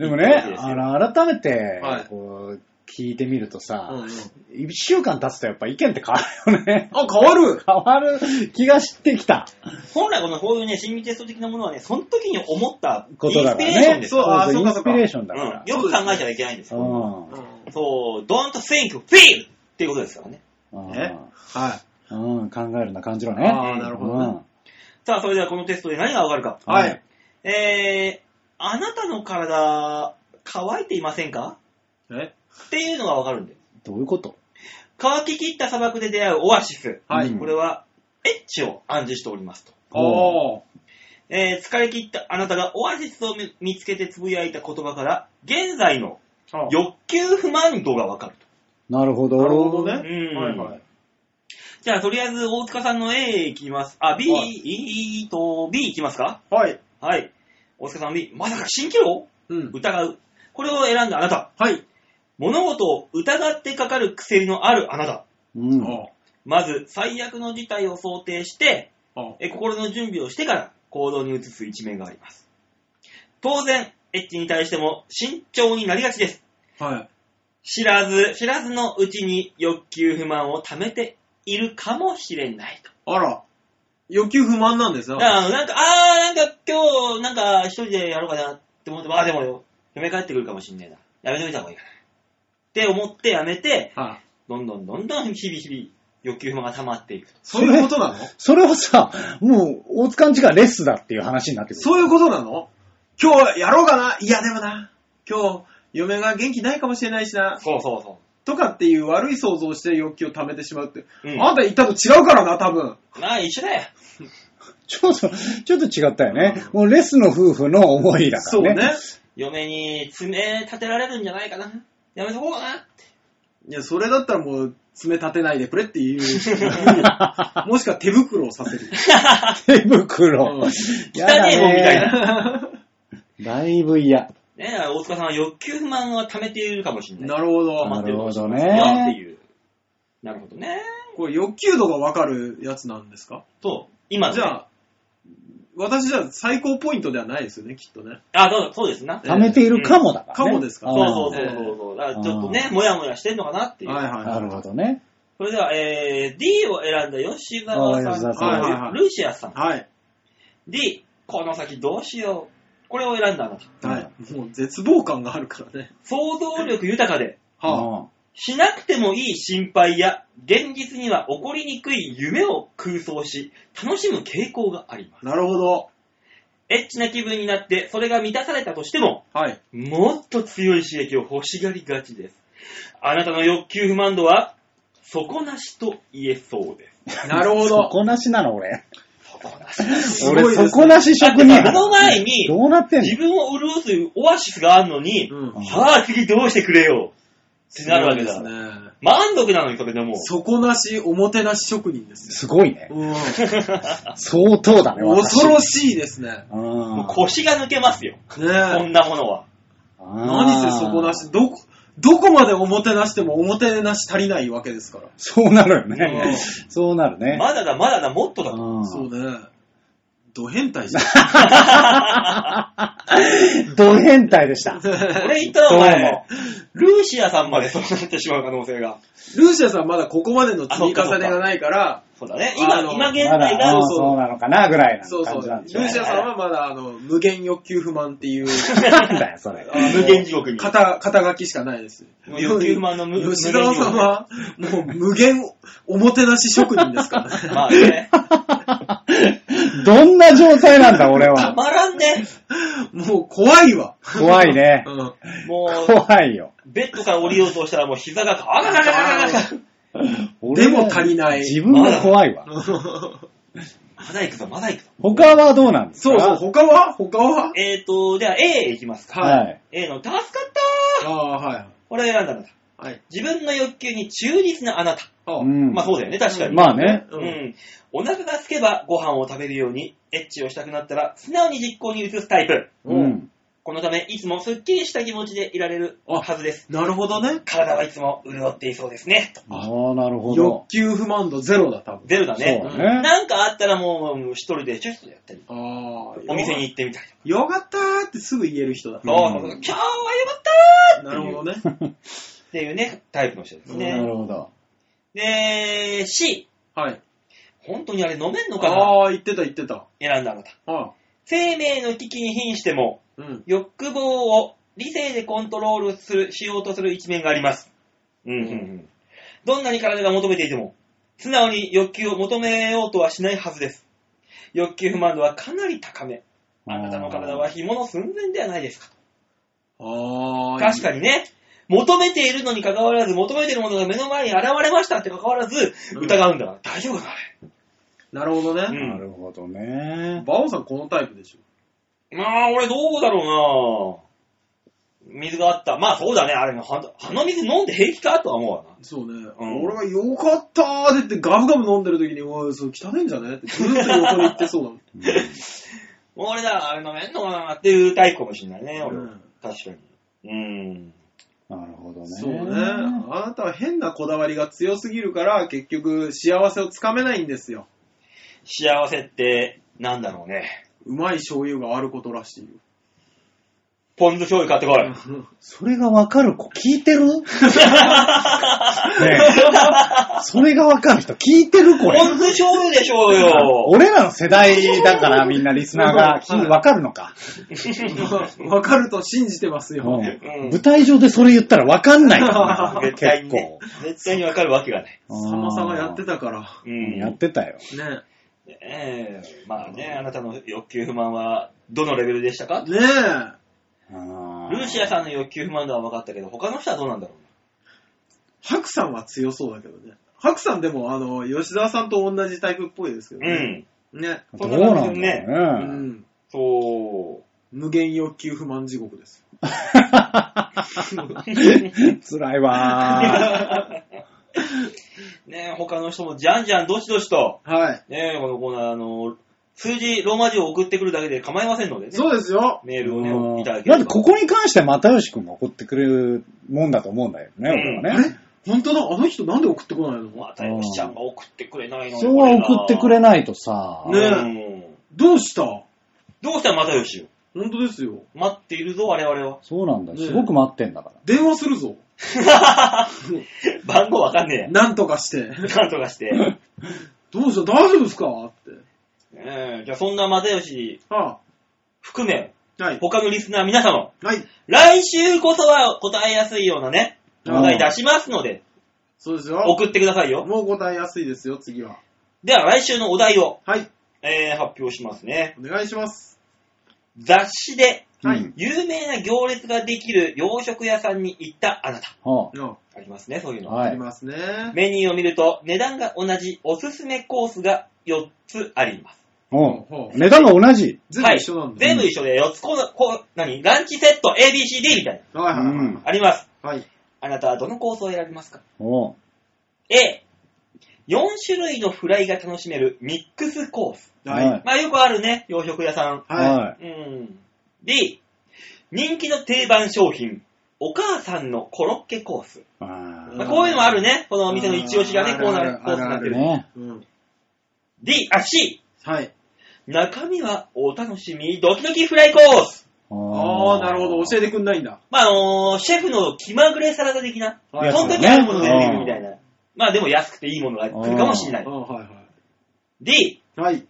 S3: え
S4: でも
S2: いい
S4: ね
S2: で、すよ
S4: あの、改めて
S3: はい、
S4: こう、聞いてみると
S3: ー。
S4: さ、
S3: うん
S4: 一週間経つとやっぱ意見って変わるよね。
S3: あ、変わる
S4: 変わる気がしてきた。
S2: 本来このこういうね、心理テスト的なものはね、その時に思ったイン
S4: こ
S2: スピレー
S4: とだから
S2: ション
S4: ね。
S2: です
S3: そうあそう
S4: イ
S3: か
S4: ン
S3: そう
S4: ス
S3: か
S4: ピレーションだ
S2: うん
S4: から。
S2: よく考えちゃいけないんです
S4: う
S2: よ。
S4: ん。
S2: そう、don't think, feel! っていうことですからね。
S4: うん
S3: ねは
S4: うん、考えるな、感じろ
S3: い。
S4: ね。
S3: ああ、なるほどね。
S2: さあ、それではこのテストで何がわかるか。
S4: うんはい。
S2: えー、あなたの体、乾いていませんか
S3: え
S2: っていうのがわかるんです。
S4: どういうこと
S2: 乾ききった砂漠で出会うオアシス。
S3: は
S4: う
S3: い
S4: ん。
S2: これは、エッチを暗示しておりますと。
S3: おー。
S2: えー疲れ切ったあなたがオアシスを見見つけてつぶやいた言葉から、現在の欲求不満度がわかると。
S4: なるほど。
S3: なるほどね。
S2: うん
S3: はいはい。
S2: じゃあ、とりあえず、大塚さんの A いきます。あ、B、
S3: はい
S2: い、と B いきますか
S3: はい。
S2: はい。大塚さん B、まさか蜃気楼
S3: うん。
S2: 疑う。これを選んだあなた。
S3: はい。
S2: 物事を疑ってかかる癖のあるあなた。
S4: うん。
S3: あ
S2: まず、最悪の事態を想定して、
S3: あ。あ
S2: え心の準備をしてから行動に移す一面があります。当然、エッチに対しても慎重になりがちです。
S3: あ。はい。
S2: 知らず、知らずのうちに欲求不満を溜めているかもしれないと。
S3: あら。欲求不満なんです
S2: だ
S3: な。
S2: か
S3: あ
S2: らなんか、あー、なんか今日、なんか一人でやろうかなって思っても、あーでもよ、嫁帰ってくるかもしんねえな。やめといた方がいいかな。って思ってやめて、
S3: あ
S2: どんどんどんどん日々日々欲求不満が溜まっていくと。
S3: そういうことなの
S4: それをさ、もう、大塚んちがレスだっていう話になってくる。
S3: そういうことなの今日やろうかないやでもな。今日、嫁が元気ないかもしれないしな。
S2: そうそうそ
S3: とかっていう悪い想像をして欲求を溜めてしまうって。
S2: うん
S3: あんた言ったと違うからな、多分。
S2: う。まあ一緒だよ。
S4: ちょっと、ちょっと違ったよね。もうレスの夫婦の思いだか
S3: そう
S4: らね。
S3: ね。
S2: 嫁に爪立てられるんじゃないかな。やめとこうかな。
S3: いや、それだったらもう、爪立てないでくれっていう。もしくは手袋をさせる。
S4: 手
S3: う
S4: 袋。
S3: ん
S4: やだ
S2: 汚えもんみたいな。
S4: だいぶ嫌。
S2: ねえ、大塚さんは欲求不満は溜めているかもしれない。
S3: なるほ
S2: 溜ま
S3: ど。
S2: ってるかもしれない
S4: なるほどね
S2: よっていう。なるほどね。
S3: これ欲求度がわかるやつなんですか
S2: そう。今のね
S3: じゃあ、私じゃあ最高ポイントではないですよね、きっとね。
S2: あ、そうだ、そうですな。
S3: え
S4: 溜めているかもだから、ね。
S3: うんかもですか
S2: そう
S3: ら
S2: そう
S4: あ
S2: そうそうそう。だからちょっとね、もやもやしてんのかなっていう。
S3: はい
S4: ー
S3: はい
S4: な
S3: はい。
S4: るほどね。
S2: それでは、えー、D を選んだ吉
S4: あ
S2: 沢
S4: ー吉
S2: さん
S4: 沢
S2: と、
S3: さんはいはいはい
S2: ルーシアさん。
S3: はい。
S2: D、この先どうしよう。これを選んだあなた。
S3: はい。もう絶望感があるからね。
S2: 想像力豊かで、
S3: は
S4: あ
S2: しなくてもいい心配や、現実には起こりにくい夢を空想し、楽しむ傾向があります。
S3: あ、なるほど。
S2: エッチな気分になって、それが満たされたとしても、
S3: はい。
S2: もっと強い刺激を欲しがりがちです。あなたの欲求不満度は、底なしと言えそうです。
S3: なるほど。
S4: 底なしなの俺。
S2: 底なしだって
S3: すごいですね
S4: 俺、底なし職人。
S2: さこの前に、
S4: どうなってんの
S2: 自分を潤すオアシスがあるのに、
S3: うん。
S2: さあ次どうしてくれよってなるわけだ
S3: そう。ですね。
S2: 満足なのにそれでもう。
S3: 底なし、おもてなし職人です
S4: すごいね
S3: ね。。うん。
S4: 相当だね、私
S3: 恐ろしいですね。
S4: うん
S2: もう腰が抜けますよ。
S3: ねえ。
S2: こんなものは。
S4: 何
S3: 何せ底なし、どこ、どこまでおもてなしてもおもてなし足りないわけですから。
S4: そうなるよ
S3: う
S4: ね
S3: ん。
S4: そうなるね。
S2: まだだ、まだだ、もっとだ。
S4: うん
S3: そうね。ド変態じゃん。
S4: ド変態でした。
S2: 俺言ったらお前
S4: ど、
S2: ルーシアさんまでそうなってしまう可能性が。
S3: ルーシアさんまだここまでの積み重ねがないから、
S2: そうだね。
S3: あ
S2: 今、
S3: の
S2: 今現
S4: ま
S2: 在
S4: だ、
S2: が
S4: あ、
S3: そ
S4: ー
S3: うそう
S4: そうなのかな、ぐらいな
S3: そうそう。
S4: 感じ
S3: ル
S4: なんでしょう
S3: ー
S4: ね。
S3: シアさんはまだあの、無限欲求不満っていう、
S4: なんだよ、それ。
S3: あ
S2: 無限地獄に。
S3: 肩、肩書きしかないです。
S2: もう欲求不満の無
S3: 吉沢さんは、もう無限おもてなし職人ですから ね。
S2: まあね。
S4: どんな状態なんだ、俺
S2: た
S4: は。
S2: まらんね。
S3: もう怖いわ。
S4: 怖いね
S3: う。ん。
S2: もう、
S4: 怖いよ。
S2: ベッドから降りようとしたらもう膝がガガガガガガガ
S4: 俺は
S3: でも足りない
S4: 自分が怖いわ。
S2: まだ行くぞ、まだ行くぞ。
S4: 他はどうなんですか
S3: そうそう、他は他は
S2: えーと、じゃあ A いきますか。
S4: は。
S3: はい
S2: A の助かったー
S3: ああ、はい。
S2: これ選んだのだ。
S3: はい。
S2: 自分の欲求に忠実なあなた。
S3: あ
S4: う
S3: うん
S4: ん
S2: まあそうだよね、確かに。
S4: まあね。
S2: うん。お腹が空けばご飯を食べるように、エッチをしたくなったら、素直に実行に移すタイプ。
S4: うん。
S2: このため、いつもスッキリした気持ちでいられる
S3: あ
S2: はずです。
S3: なるほどね。
S2: 体はいつも潤っていそうですね。と
S4: ああ、なるほど
S3: 欲。求不満度ゼロだ、多分。
S2: ゼロだね。
S4: そう
S2: うん
S4: ね
S2: なんかあったらもう、もう一人でちょっとやったり、
S3: ああ、
S2: お店に。行ってみたりとか。
S3: よかったー ってすぐ言える人だ。
S2: そうそうそう今日はよかったー
S3: なるほどね。
S2: っていうね、タイプの人です
S4: な
S2: ね。
S4: るほど。
S2: で、C。
S3: はい。
S2: 本当にあれ飲めんのかな
S3: ああ、言ってた言ってた。
S2: 選んだあなた。
S3: あ
S2: 生命の危機に瀕しても、
S3: うん。
S2: 欲望を理性でコントロールする、しようとする一面があります。うんうんうん。どんなに体が求めていても、素直に欲求を求めようとはしないはずです。欲求不満度はかなり高め。あなたの体は紐の寸前ではないですか。
S3: ああ、
S2: 確かにね。求めているのに関わらず、求めているものが目の前に現れましたって関わらず、
S3: うん
S2: 疑うんだから、大丈夫かなあれ
S3: なるほどね。
S2: ん
S4: なるほどね。
S3: バオさんこのタイプでしょ。
S2: まあ、俺どうだろうな水があった。まあそうだね、あれの、は鼻水飲んで平気かとは思うわな。
S3: そうね。
S2: うん
S3: 俺がよかったーって言ってガブガブ飲んでる時に、おい、それ汚いんじゃねってずっと横に言ってそうだもん。
S2: 俺だ、あれ飲めんのかなっていうタイプかもしんないね、俺。
S3: うん
S2: 確かに。うん。
S4: なるほどね。
S3: そうね。あなたは変なこだわりが強すぎるから、結局幸せをつかめないんですよ。
S2: 幸せって、なんだろうね。
S3: うまい醤油があることらしいよ。
S2: ポン酢醤油買ってこい。
S4: それがわかる子聞いてるねえそれがわかる人聞いてるこれ。
S2: ポン酢醤油でしょうよ。
S4: 俺らの世代だからみんなリスナーが
S3: はい
S4: 聞いわかるのか。
S3: わかると信じてますよ。
S4: うん舞台上でそれ言ったらわかんないからね
S2: 絶対
S4: 結
S2: に、
S4: 構
S2: ね。。絶対にわかるわけがない。
S4: あー
S3: さまさまやってたから。
S2: う
S4: うん
S2: ん。
S4: やってたよ。
S3: ね
S2: ねえまあね、あなたの欲求不満はどのレベルでしたか
S3: え。ねえ。
S4: あ
S2: ルーシアさんの欲求不満度は分かったけど、他の人はどうなんだろ
S3: ハクさんは強そうだけどね。ハクさんでも、あの、吉沢さんと同じタイプっぽいです
S2: う。
S3: けど
S2: うん。
S3: ね。ね。
S4: どうなんだろう
S2: ね
S3: う
S4: ね。
S3: ん。
S2: そう。
S3: 無限欲求不満地獄です。
S4: 辛いわ
S2: ねえ他の人もじゃんじゃんどしどしと、
S3: はい。
S2: ねえこのコーナー、あの、数字、ローマ字を送ってくるだけで構いませんのでね。
S3: そうですよ。
S2: メールをね、いただ
S4: ー。
S2: けれ
S4: だっ
S2: ば
S4: てここに関しては又吉くんが怒ってくれるもんだと思うんだよね、俺は
S2: うん
S3: あ
S4: ね。
S3: れ本当だ。あの人なんで送ってこないの
S2: またよしちゃんが送ってくれないの
S4: そうは送ってくれ
S2: な
S4: ないとさ。
S3: ね
S2: うん。
S3: どうした
S2: どうしたらまたよしよ。
S3: 本当ですよ。
S2: 待っているぞ、我々は。
S4: そうなんだよ。
S3: ね
S4: すごく待ってんだから。
S3: 電話するぞ。
S2: 番号わかんね
S3: なんとかして。
S2: えや。なんとか して。
S3: どうした大丈夫ですかって。
S2: ええじゃあそんな又吉
S3: は
S2: 含め、
S3: あ、はい。
S2: 他のリスナー皆様、
S3: はい。
S2: 来週こそは答えやすいようなね、
S3: うん
S2: お題出しますので、
S3: そうですよ。
S2: 送ってくださいよ。
S3: もう答えやすいですよ、次は。
S2: では来週のお題を、
S3: はい。
S2: えー発表しますね。
S3: お願いします。
S2: 雑誌で
S3: はい
S4: うん
S2: 有名な行列ができる洋食屋さんに行ったあなた。
S4: は
S3: あ、
S2: ありますね、そういう
S4: あ
S2: の。
S4: は
S3: あり
S4: い。
S3: ますね。
S2: メニューを見ると値段が同じおすすめコースが4つあります。
S4: うん
S3: ほう
S4: 値段が同じ。
S3: 全部一緒なんだ。
S2: 全部一緒で4つこう、こう、何ランチセット ABCD みたい
S3: はいはいは
S4: うん
S2: な。あります。
S3: い。はい。
S2: あなたはどのコースを選びますか
S4: おう
S2: A、4種類のフライが楽しめるミックスコース。
S3: はい。
S2: まあよくあるね、洋食屋さん。
S3: はい。
S4: は
S2: うん。D、人気の定番商品、お母さんのコロッケコース。
S4: い。あ
S2: まあ、こういうのもあるね、このお店の一押しが
S3: あ
S2: ね、
S3: ー
S2: コーナ
S3: ある
S2: ー
S3: ある
S2: コースになっ
S4: あ
S2: て
S3: う
S2: る。
S4: ね。
S3: うん。
S2: D、あ、C、
S3: はい。
S2: 中身はお楽しみ、ドキドキフライコース。
S3: ああ、なるほど。教えてくんないんだ。
S2: まあ、あのーシェフの気まぐれサラダ的な、
S3: はい
S2: その時あるもので出てくるみたいな。まあでも安くていいものが来るかもしれな
S3: あ
S2: い
S3: ー。はいは
S2: D、
S3: い。はい。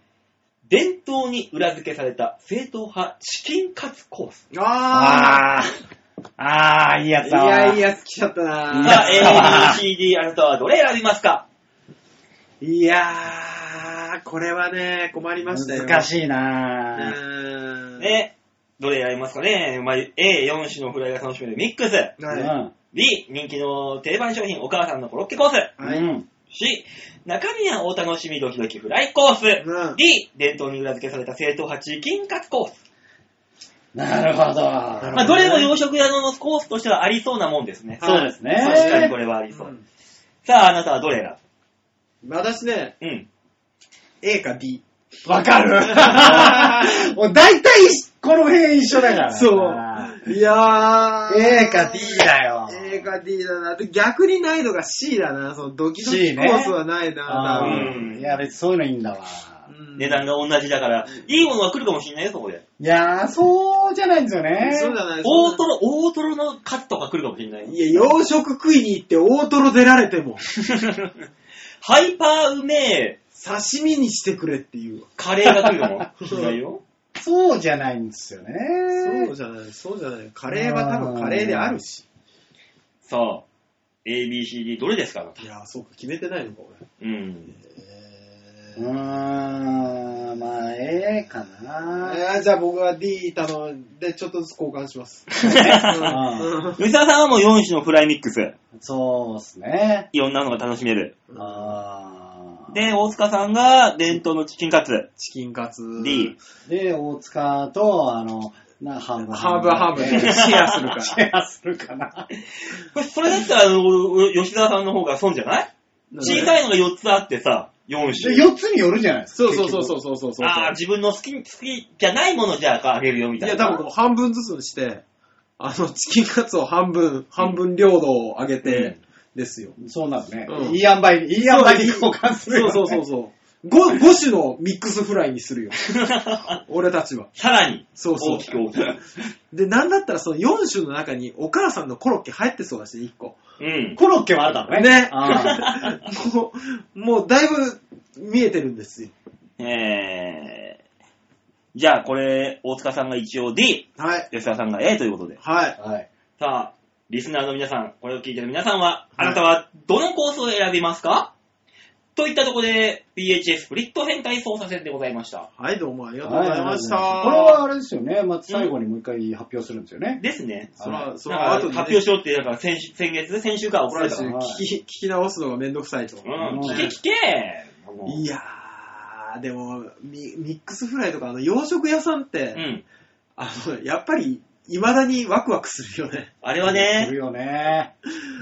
S2: 伝統に裏付けされた正統派チキンカツコース。
S3: あ
S4: ああ。ああ、いいや
S3: あ。い
S4: つだわ。
S3: やいや、好きだった
S4: うん
S2: さ
S3: な
S2: あ、
S4: いや
S2: A、B、C、D、あなたはどれ選びますか
S3: いやー、これはね、困りましたよ。
S4: 難
S3: い。
S4: しいな
S3: う
S4: ぁ
S3: ん。
S2: ね、どれ選びますかね、まあ、A、4種のフライが楽しめるミックス。
S3: は
S2: B、人気の定番商品、お母さんのコロッケコース。
S4: うん。
S3: はい
S4: うん。
S2: C、中身はお楽しみドキドキフライコース。
S3: うん
S2: D、伝統に裏付けされた正統派チキンカツコース。
S4: なるほど。
S2: まあ、どれも洋食屋のコースとしてはありそうなもんですね。
S3: はい
S4: そうですね。
S2: 確かにこれはあ
S3: い。
S2: り
S3: う
S2: そう。
S3: ん
S2: さあ、あなたはどれ選
S3: 私ね、
S2: ぶうん。
S3: A か D。
S4: わかる もう大体この辺一緒だからな。
S3: そう。いやー。
S4: A か D だよ
S3: A か D だな。で、逆に難易度が C だな。そのドキドキ
S4: C
S3: コ
S4: ね
S3: ースはないな、
S4: あ
S3: 多
S4: ー
S3: 分
S2: うん
S4: いや、別にそういうのいいんだわ。
S3: うん
S2: 値段が同じだから、いいものは来るかもしれないよ、そこで。
S4: いやー、そうじゃないんですよね。
S3: そうじゃない
S2: 大トロ、大トロのカツとか来るかもしれないよ。
S3: いや、洋食食いに行って大トロ出られても、
S2: ハイパーうめえ
S3: 刺身にしてくれっていうわ。
S2: カレーが来るか もしれないよ。
S4: そうじゃないんですよね。
S3: そうじゃない、そうじゃない。カレーは多分カレーであるし。
S2: さあ、A、B、C、D、どれですかあなた
S3: いや、そうか、決めてないのか、俺。
S2: うん。
S4: うーん、まあ、ええかな。
S3: えーじゃあ僕は D 頼んで、ちょっとずつ交換します。うん
S2: 吉沢さんはもう4種のフライミックス。
S4: そうですね。
S2: いろんなのが楽しめる。
S4: あ
S2: で、大塚さんが伝統のチキンカツ。
S3: チキンカツ。
S2: D。
S4: で、大塚と、あの、な、ハーブ
S3: ハーブハーブで
S4: で
S3: シェアするから
S4: シェアするかな。
S2: これ、それだったら、あの吉沢さんの方が損じゃない小さいのが4つあってさ、4種。
S4: 4つによるじゃないですか。
S3: そうそうそう
S4: う。
S3: そうそうそうそう。
S2: ああ、自分の好き、好きじゃないものじゃああげるよみ
S3: い
S2: たいな。
S3: や、多分もう半分ずつにして、あの、チキンカツを半分、半分領土を上げて、ですよ。
S4: そうなのね
S3: う。ん
S4: いい塩梅に、いい塩梅に交換するよね。
S3: そうそうそうそう。5、5種のミックスフライにする よ。俺たちは。
S2: さらに、
S3: そうそう
S2: 大きく大きく。
S3: で、なんだったらその4種の中にお母さんのコロッケ入ってそうだし、1個。
S2: うん。
S4: コロッケはあるだろうね。
S3: ね
S4: あ
S3: もう、もうだいぶ見えてるんですよ。
S2: えー、じゃあこれ、大塚さんが一応 D、
S3: はい。
S2: 吉沢さんが A ということで。
S3: はい。
S4: ーはい。
S2: さあ、リスナーの皆さん、これを聞いてる皆さんは、あなたはどのコースを選びますかといったところで、BHS フリット変態操作戦でございました。
S3: はい、どうもありがとうございました。
S4: はこれは、あれですよね。まあ、最後にもう一回発表するんですよね。
S2: ですね。
S3: そら、そ
S2: なん
S3: ら、
S2: か
S3: あと
S2: 発表しようって、だから先週先月、先週から怒られたから。
S4: よ
S3: 聞き、聞き直すのがめんどくさいと。
S2: うん、
S4: ん
S2: 聞け聞け
S3: いやー、でもミ、ミックスフライとか、あの、洋食屋さんって、
S2: うん。
S3: あの、やっぱり、未だにワクワクするよね。
S2: あれは
S4: す
S2: ね
S4: る、よね。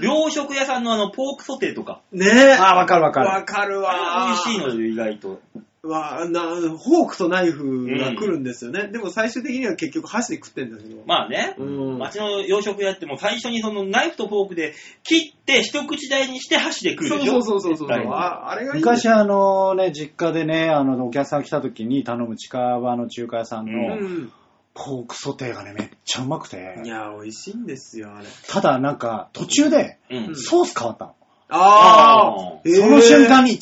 S2: 洋食屋さんのあの、ポークソテーとか。
S3: ねえ。
S4: ああ、わかるわかる。
S3: わかるわ
S2: 美味しいのよ、意外と。
S3: わな、フォークとナイフが来るんですよね。でも最終的には結局箸で食ってんだけど。
S2: まあね、
S3: うん
S2: 街の洋食屋ってもう最初にそのナイフとフォークで切って一口大にして箸で食う
S3: そ
S2: で
S3: う
S2: し
S3: そ
S2: ょ
S3: うそうそうそ
S2: 絶
S3: う。
S2: 対に
S3: ああれがいいんだよ。
S4: 昔あのね、実家でね、あの、お客さん来た時に頼む近場の中華屋さん
S2: う
S3: う
S4: の
S3: ん。
S4: ポークソテーがね、めっちゃうまくて
S3: い。や、美味しいんですよ、あれ。
S4: ただなんか、途中で
S2: うん。
S3: うん
S4: ソース変わったの。
S2: あー
S3: ー
S4: その瞬間に違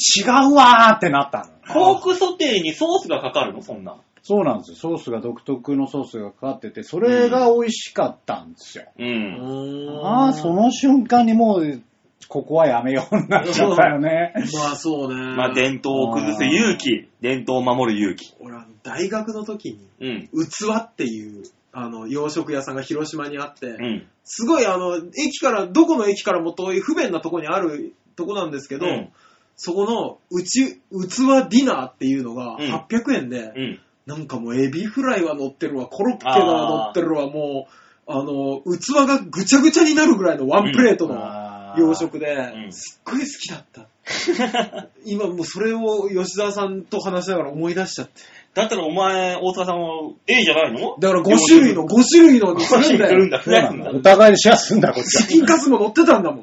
S4: うわーってなったの。
S2: ポークソテーにソースがかかるのそんな。
S4: そうなんですよ。ソースが独特のソースがかかってて、それが美味しかったんですよ。
S2: う
S3: えー
S2: ん。
S3: う
S4: ああ、その瞬間にもう、ここはやめようになっちゃったよね。
S3: まあそうね。
S2: まあ、伝統を崩す勇気、伝統を守る勇気。
S3: 俺、あの大学の時に、
S2: うん。
S3: 器っていう、あの、洋食屋さんが広島にあって、
S2: うん。
S3: すごいあの、駅から、どこの駅からも遠い不便なとこにあるとこなんですけど、
S2: うん
S3: そこの、うち、器ディナーっていうのが
S2: うん
S3: 800円で、
S2: うん。
S3: なんかもうエビフライは乗ってるわ、コロッケが乗ってるわ、もう、あの、器がぐちゃぐちゃになるぐらいのワンプレートの
S4: あー
S3: 洋食で、
S2: ん
S3: すっごい好きだった。今もうそれを吉沢さんと話しながら思い出しちゃって。
S2: だったらお前、大塚さんは A じゃないの
S3: だから5種類の、5種類のにす
S2: 洋
S3: る
S2: 食
S3: んだ
S2: するん
S3: よ。
S2: だ。
S4: そうなんだ。お互いにシェアすんだ、こっち
S3: チ
S4: は。
S3: キンカツも乗ってたんだもの。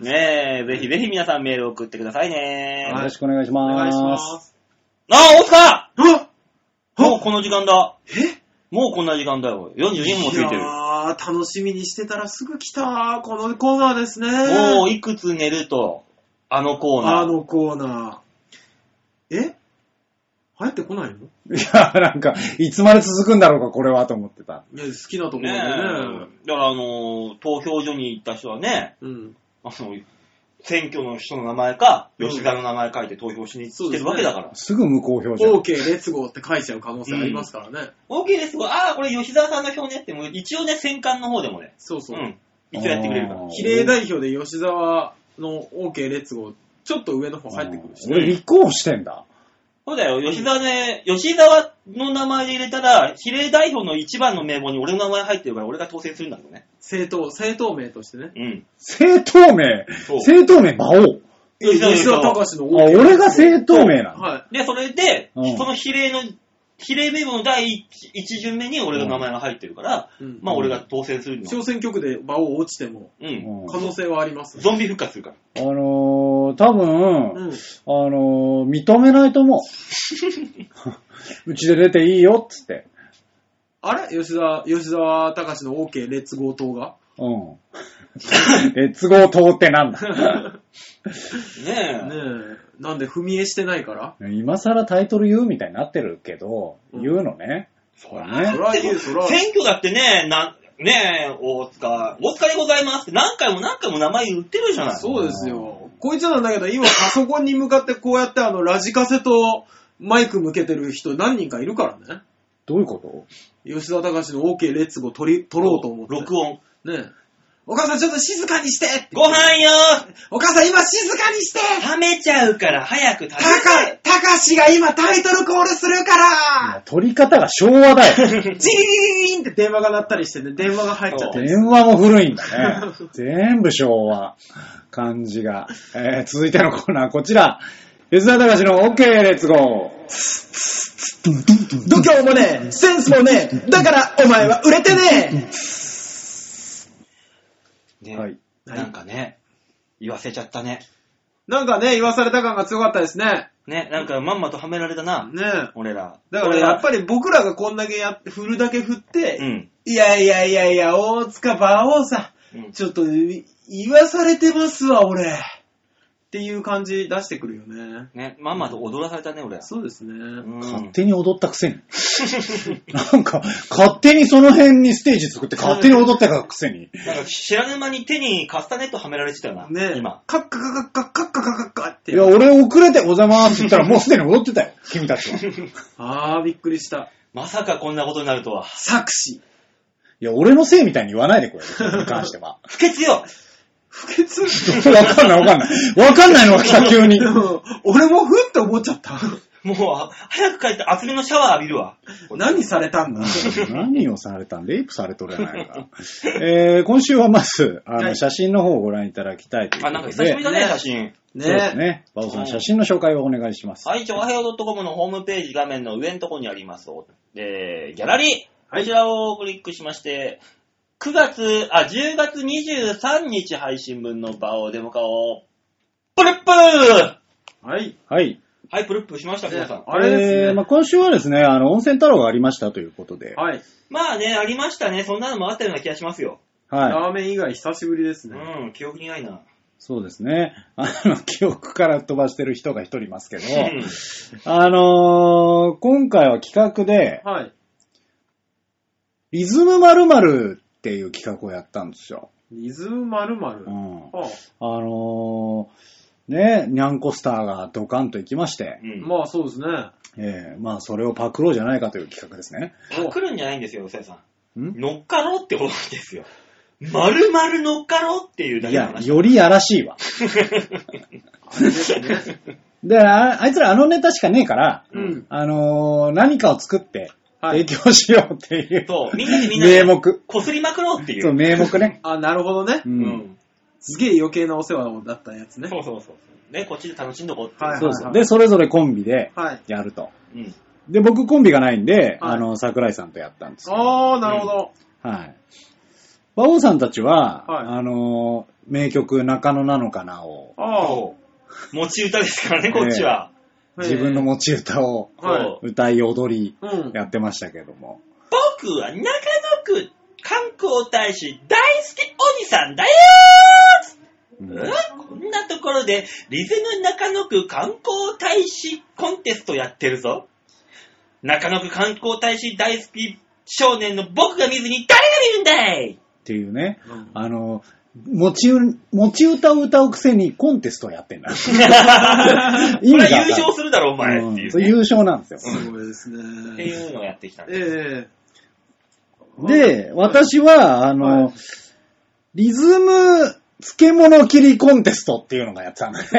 S2: ねえ、ぜひぜひ皆さんメールを送ってくださいね。
S4: よ
S2: あ
S4: ろしくお願いし
S3: お願
S4: ま。
S3: いしますす。
S2: 大塚
S3: あ
S2: もうこの時間だ。
S3: え
S2: もうこんな時間だよ。42分もついてる。
S3: やー、楽しみにしてたらすぐ来たこのコーナーですね。
S2: もういくつ寝ると、あのコーナー。
S3: あのコーナー。え入ってこないの
S4: いや、なんか、いつまで続くんだろうか、これはと思ってた。
S3: いや、好きなところで
S2: ねえ。
S3: ね。
S2: だからあのー、投票所に行った人はね、
S3: うん。
S2: あの、選挙の人の名前か、吉田の名前書いて投票しに来てるわけだから。
S4: すぐ無効表情。
S3: OK、レッツゴーって書いちゃう可能性ありますからね。
S2: OK ですわ。ああー、これ吉沢さんの票ねって、もう一応ね、選管の方でもね。
S3: そうそうう。
S2: ん。一応やってくれるから
S4: あ。ー
S3: 比例代表で吉沢の OK、レッツゴー、ちょっと上の方入ってくるし、
S4: 俺、立候補してんだ。
S2: そうだよ、吉沢ね、吉沢の名前で入れたら、比例代表の一番の名簿に俺の名前入ってるから、俺が当選するんだけどね。
S3: 政党、政党名としてね。
S2: うん。
S4: 政党名
S2: そう、
S4: 政党名、魔王。
S2: 吉沢
S3: 吉沢隆の
S4: あ
S3: OK。
S4: 俺が政党名なの。
S3: はい。
S2: で、それで、
S4: うん
S2: その比例の、比例名簿の第一一巡目に俺の名前が入ってるから、
S3: うん
S2: まあ俺が当選するの。
S3: 小選挙区で場を落ちても、
S2: うん。
S4: うん
S3: 可能性はあります。
S2: ゾンビ復活するから。
S4: あのー、多分、
S3: うん。
S4: あのー、認めないと思う。うちで出ていいよ、っつって。
S3: あれ吉沢、吉沢隆の OK レッツゴー党が
S4: うん。え、都合党ってなんだ。
S2: ねえ。
S3: ねえ。なんで踏み絵してないから
S4: 今更タイトル言うみたいになってるけど、
S3: うん
S4: 言うのね。そうね
S3: そ。ら言う、そら。
S2: 選挙だってね、な、ねえ、大塚、大塚でございますって何回も何回も名前言ってるじゃない。
S3: そうですよ。こいつなんだけど、今パソコンに向かってこうやってあの、ラジカセとマイク向けてる人何人かいるからね。
S4: どういうこと
S3: 吉沢隆の OK レッツゴー取り、取ろうと思って。
S2: 録音。
S3: ねえ。
S1: お母さんちょっと静かにして
S2: ご飯よ
S1: お母さん今静かにして
S2: 冷めちゃうから早く食べ
S1: たか、たかしが今タイトルコールするから
S4: 取り方が昭和だよ。
S1: ジーンって
S3: て電話が鳴ったりしてね、電話が入っちゃって。
S4: 電話も古いんだね。全部昭和。感じが。えー続いてのコーナー、こちら。吉田隆の OK、レッツゴー。
S1: 度胸もねえ、センスもねえ、だからお前は売れてね
S2: ね、
S4: はい
S2: なんかね、言わせちゃったね。
S3: なんかね、言わされた感が強かったですね。
S2: ね、なんかまんまとはめられたな。
S3: ねえ。
S2: 俺ら。
S3: だからやっぱり僕らがこんだけやって、振るだけ振って、
S2: うん。
S3: いやいやいやいや、大塚馬王さ
S2: うん
S3: ん、ちょっとい言わされてますわ、俺。っていう感じ出してくるよね。
S2: ね、まんまと踊らされたね、俺ら。
S3: そうですね。
S2: うん
S4: 勝手に踊ったくせに。なんか、勝手にその辺にステージ作って勝手に踊ってたくせに。
S2: なんか知らぬ間に手にカスタネットはめられてたよな。
S3: ねえ。
S2: 今。
S3: カッカカカッカ、カッカカカッカって
S4: い。や、俺遅れておざますって言ったらもうすでに踊ってたよ。君たちは。い
S3: あー、びっくりした。
S2: まさかこんなことになるとは。
S3: 作詞。
S4: や、俺のせいみたいに言わないでくれ。これに関しては。
S2: 不潔よ
S3: 不潔
S4: わかんないわかんない。わかんないのが来た、急に
S3: で。も俺もふって思っちゃ った。
S2: もう、あ早く帰って厚めのシャワー浴びるわ。
S3: 何されたんだ
S4: 何をされたんレイプされとるじゃないか。えー、今週はまず、あ
S3: は
S4: の、
S3: い
S4: 写真の方をご覧いただきたいというこ
S2: あ、
S4: とで。
S2: なんか久しぶりだね、
S3: ね
S2: 写真。
S4: そうです
S3: ね。
S4: ね。バオさん、写真の紹介をお願いします。
S2: はい、ちょ、和平洋 .com のホームページ画面の上のところにあります、えー、ギャラリー、こちらをクリックしまして、9月、あ、10月23日配信分の場をデモ化を、プルップ
S3: はい。
S4: はい。
S2: はい、プルップしました、皆さん。
S3: あれです
S4: え
S3: ね
S4: ーまあ、今週はですね、あの、温泉太郎がありましたということで。
S3: はい。
S2: まあね、ありましたね。そんなのもあったような気がしますよ。
S4: はい。
S3: ラーメン以外久しぶりですね。
S2: うん、記憶にないな。
S4: そうですね。あの、 記憶から飛ばしてる人が一人いますけど、
S2: うん
S4: あのー今回は企画で、
S3: はい。
S4: リズムまるっていう企画をやったんですよ。
S3: リズムまるまる
S4: う。ん。
S3: はあ
S4: あのーね、ニャンコスターがドカンと行きまして、
S2: うん。
S3: まあそうですね。
S4: ええまあ、それをパクろうじゃないかという企画ですね。
S2: パクるんじゃないんですよ、うさやさん。
S4: ん
S2: 乗っかろうってことなんですよ。まるまる乗っかろうっていうだ
S4: い
S2: けの
S4: や、
S2: 話。
S4: よりやらしいわ。
S3: あれですね。
S4: で、ああいつらあのネタしかねえから、
S3: うん。
S4: あのー何かを作って、
S3: はい
S4: 提供しようっていう、
S2: そう、みんなでみんな
S4: 名
S2: で、
S4: 目。
S2: こすりまくろうってい
S4: そう、
S2: う。
S4: 名 目ね。
S3: あ、なるほどね
S4: う。。
S2: うんん。
S3: すげえ余計なお世話だったやつね。
S2: そうそうそう。ね、こっちで楽しんどこうって。
S3: はい
S4: そううそう。で、それぞれコンビで
S3: はい。
S4: やると。
S2: うん。
S4: で、僕コンビがないんで、あの、桜井さんとやったんですよ。
S3: あー、なるほど。
S4: はい。馬王さんたちは、
S3: はい
S4: あのー名曲、中野なのかなを、
S3: あー。
S2: そう。持ち歌ですからね、こっちは。
S3: へー
S4: 自分の持ち歌を
S3: はい
S2: そう。
S4: 歌い踊り
S3: うん。
S4: やってましたけども。
S2: 僕は中野区観光大使大好きおじさんだよ
S4: うん
S2: ー、うん、こんなところでリズム中野区観光大使コンテストやってるぞ。中野区観光大使大好き少年の僕が見ずに誰が見るんだい
S4: っていうね、
S3: うん
S4: あの、持ちう、持ち歌を歌うくせにコンテストをやってんだ。意
S2: これ
S4: 味
S2: は
S4: が
S2: 優勝
S4: わ
S2: するだろ、お
S4: かんない
S2: 前っていううんね、
S4: 優勝なんですよ。
S3: すごいです
S2: って
S3: ね。
S2: いうのをやってきたんです。
S3: ええ。
S4: で、私は、あの、
S3: はい
S4: リズム漬物切りコンテストっていうのがやってたんで、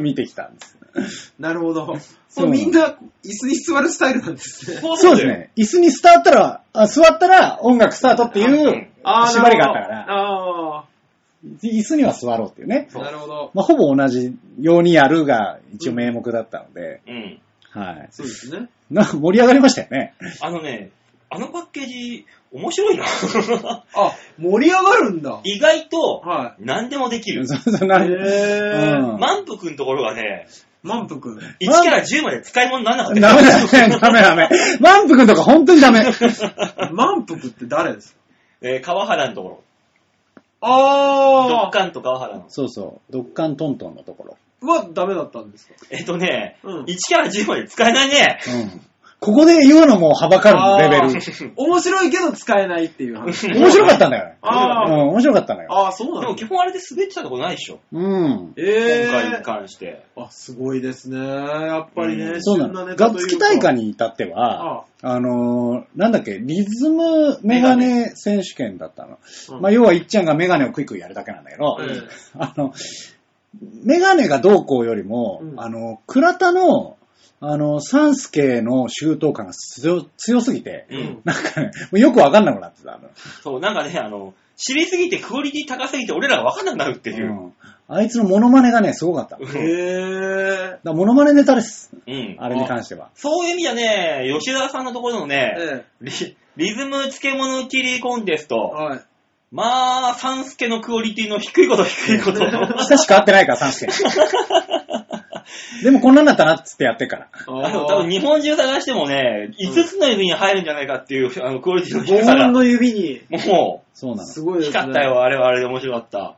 S4: 見てきたんです。
S3: なるほど。
S4: そう
S3: みんな、椅子に座るスタイルなんですね。
S2: そ
S4: そう
S2: だ
S4: です
S2: よ。
S4: ね。椅子に座ったら、あ座ったら音楽スタートっていう
S3: あー
S4: 縛りがあったから、
S3: あ
S4: 椅子には座ろうっていうね。
S3: あー、なるほど。
S4: まあ、ほぼ同じようにやるが一応名目だったので、
S2: うん。
S4: はい。
S3: そうですね。
S4: なんか盛り上がりましたよね。
S2: あのね、あのパッケージ、面白いな。
S3: あ、盛り上がるんだ。
S2: 意外と、
S3: は
S2: 何でもできる。
S4: そうそう
S3: い。
S4: な
S3: へ
S4: う
S3: ぇー。
S4: ん
S2: 満腹のところがね、
S3: 満腹。
S2: 1から10まで使い物にならなかった
S4: ダメだね、ダメダメ。満腹とか本当にダメ。
S3: 満腹って誰ですか
S2: えー川原のところ。ドッ
S3: あ
S2: カンと川原の。
S4: そうそう、ドッカントントンのところ。
S3: ーはダメだったんですか
S2: えっ、とね、
S3: うん
S2: 1から10まで使えないね。
S4: うん。ここで言うのもはばかるレベル。
S3: 面白いけど使えないっていう話。
S4: 面白かったんだよね。
S3: あ
S4: うん
S3: ー、
S4: 面白かったのよ。
S3: あー、そうな
S2: で
S3: の
S2: も基本あれで滑ってたとこないでしょ。
S4: うん。
S3: え
S2: 今回に
S3: ー、
S2: 関して。
S3: あ、すごいですね。やっぱりね、
S2: うん
S4: そうな
S3: 旬な
S4: の。
S3: ネ
S4: が
S3: タ
S4: っ
S3: とい
S4: つ
S3: う
S4: き
S3: か
S4: 大会に至っては、
S3: あ
S4: あのー、なんだっけ、リズムメガネ選手権だったの。
S3: あ、
S4: まあ、要は、いっちゃんがメガネをクイクイやるだけなんだけど、
S3: うん
S4: あの、メガネがどうこうよりも、
S3: うん
S4: あの、倉田の、あの、サンスケの周到感が強強すぎて、
S2: うん。
S4: なんかね、もうよくわかんなくなってたの。
S2: そう、なんかね、あの、知りすぎてクオリティ高すぎて俺らがわかんなくなるっていうう。
S4: んあいつのモノマネがね、すごかった。だか
S3: えー、
S4: らモノマネネタです。
S2: うん。
S4: あれに関しては。
S2: そういう意味ではね、吉田さんのところのね、
S3: え
S2: リリズム漬物切りコンテス
S3: え
S2: ト。
S3: はい。
S2: まあ、サンスケのクオリティの低いこと低いこと。
S4: 久しく会ってないから、サン スケ。でもこんなんだったなっつってやってるから。
S2: あの多分日本中探してもね、5つの指に入るんじゃないかっていう、あの、クオリティの低
S3: 5
S2: さが。
S3: 本
S2: も
S3: の指に、
S2: う、
S4: そうな
S3: す
S4: の。
S3: ごいですね。
S2: 光ったよ、あれはあれで面白かった。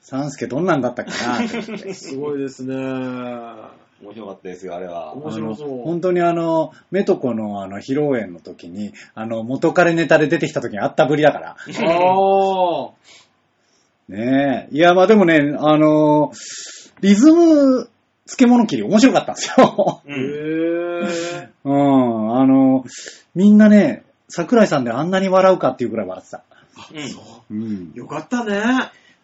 S4: サンスケどんなんだったかなと思って。
S3: すごいですね。
S2: 面白かったですよ、あれは。
S3: 面白そう
S4: あの本当にあの、メトコのあの、披露宴の時に、あの、元彼ネタで出てきた時にあったぶりだから。
S3: ああ。
S4: ねえ。いや、まあでもね、あの、リズム、漬物切り面白かったんです よ。
S2: う
S3: へ
S2: ん。
S3: え。
S4: うん。あの、みんなね、桜井さんであんなに笑うかっていうくらい笑ってた。
S2: うん
S4: うん。
S3: よかったね。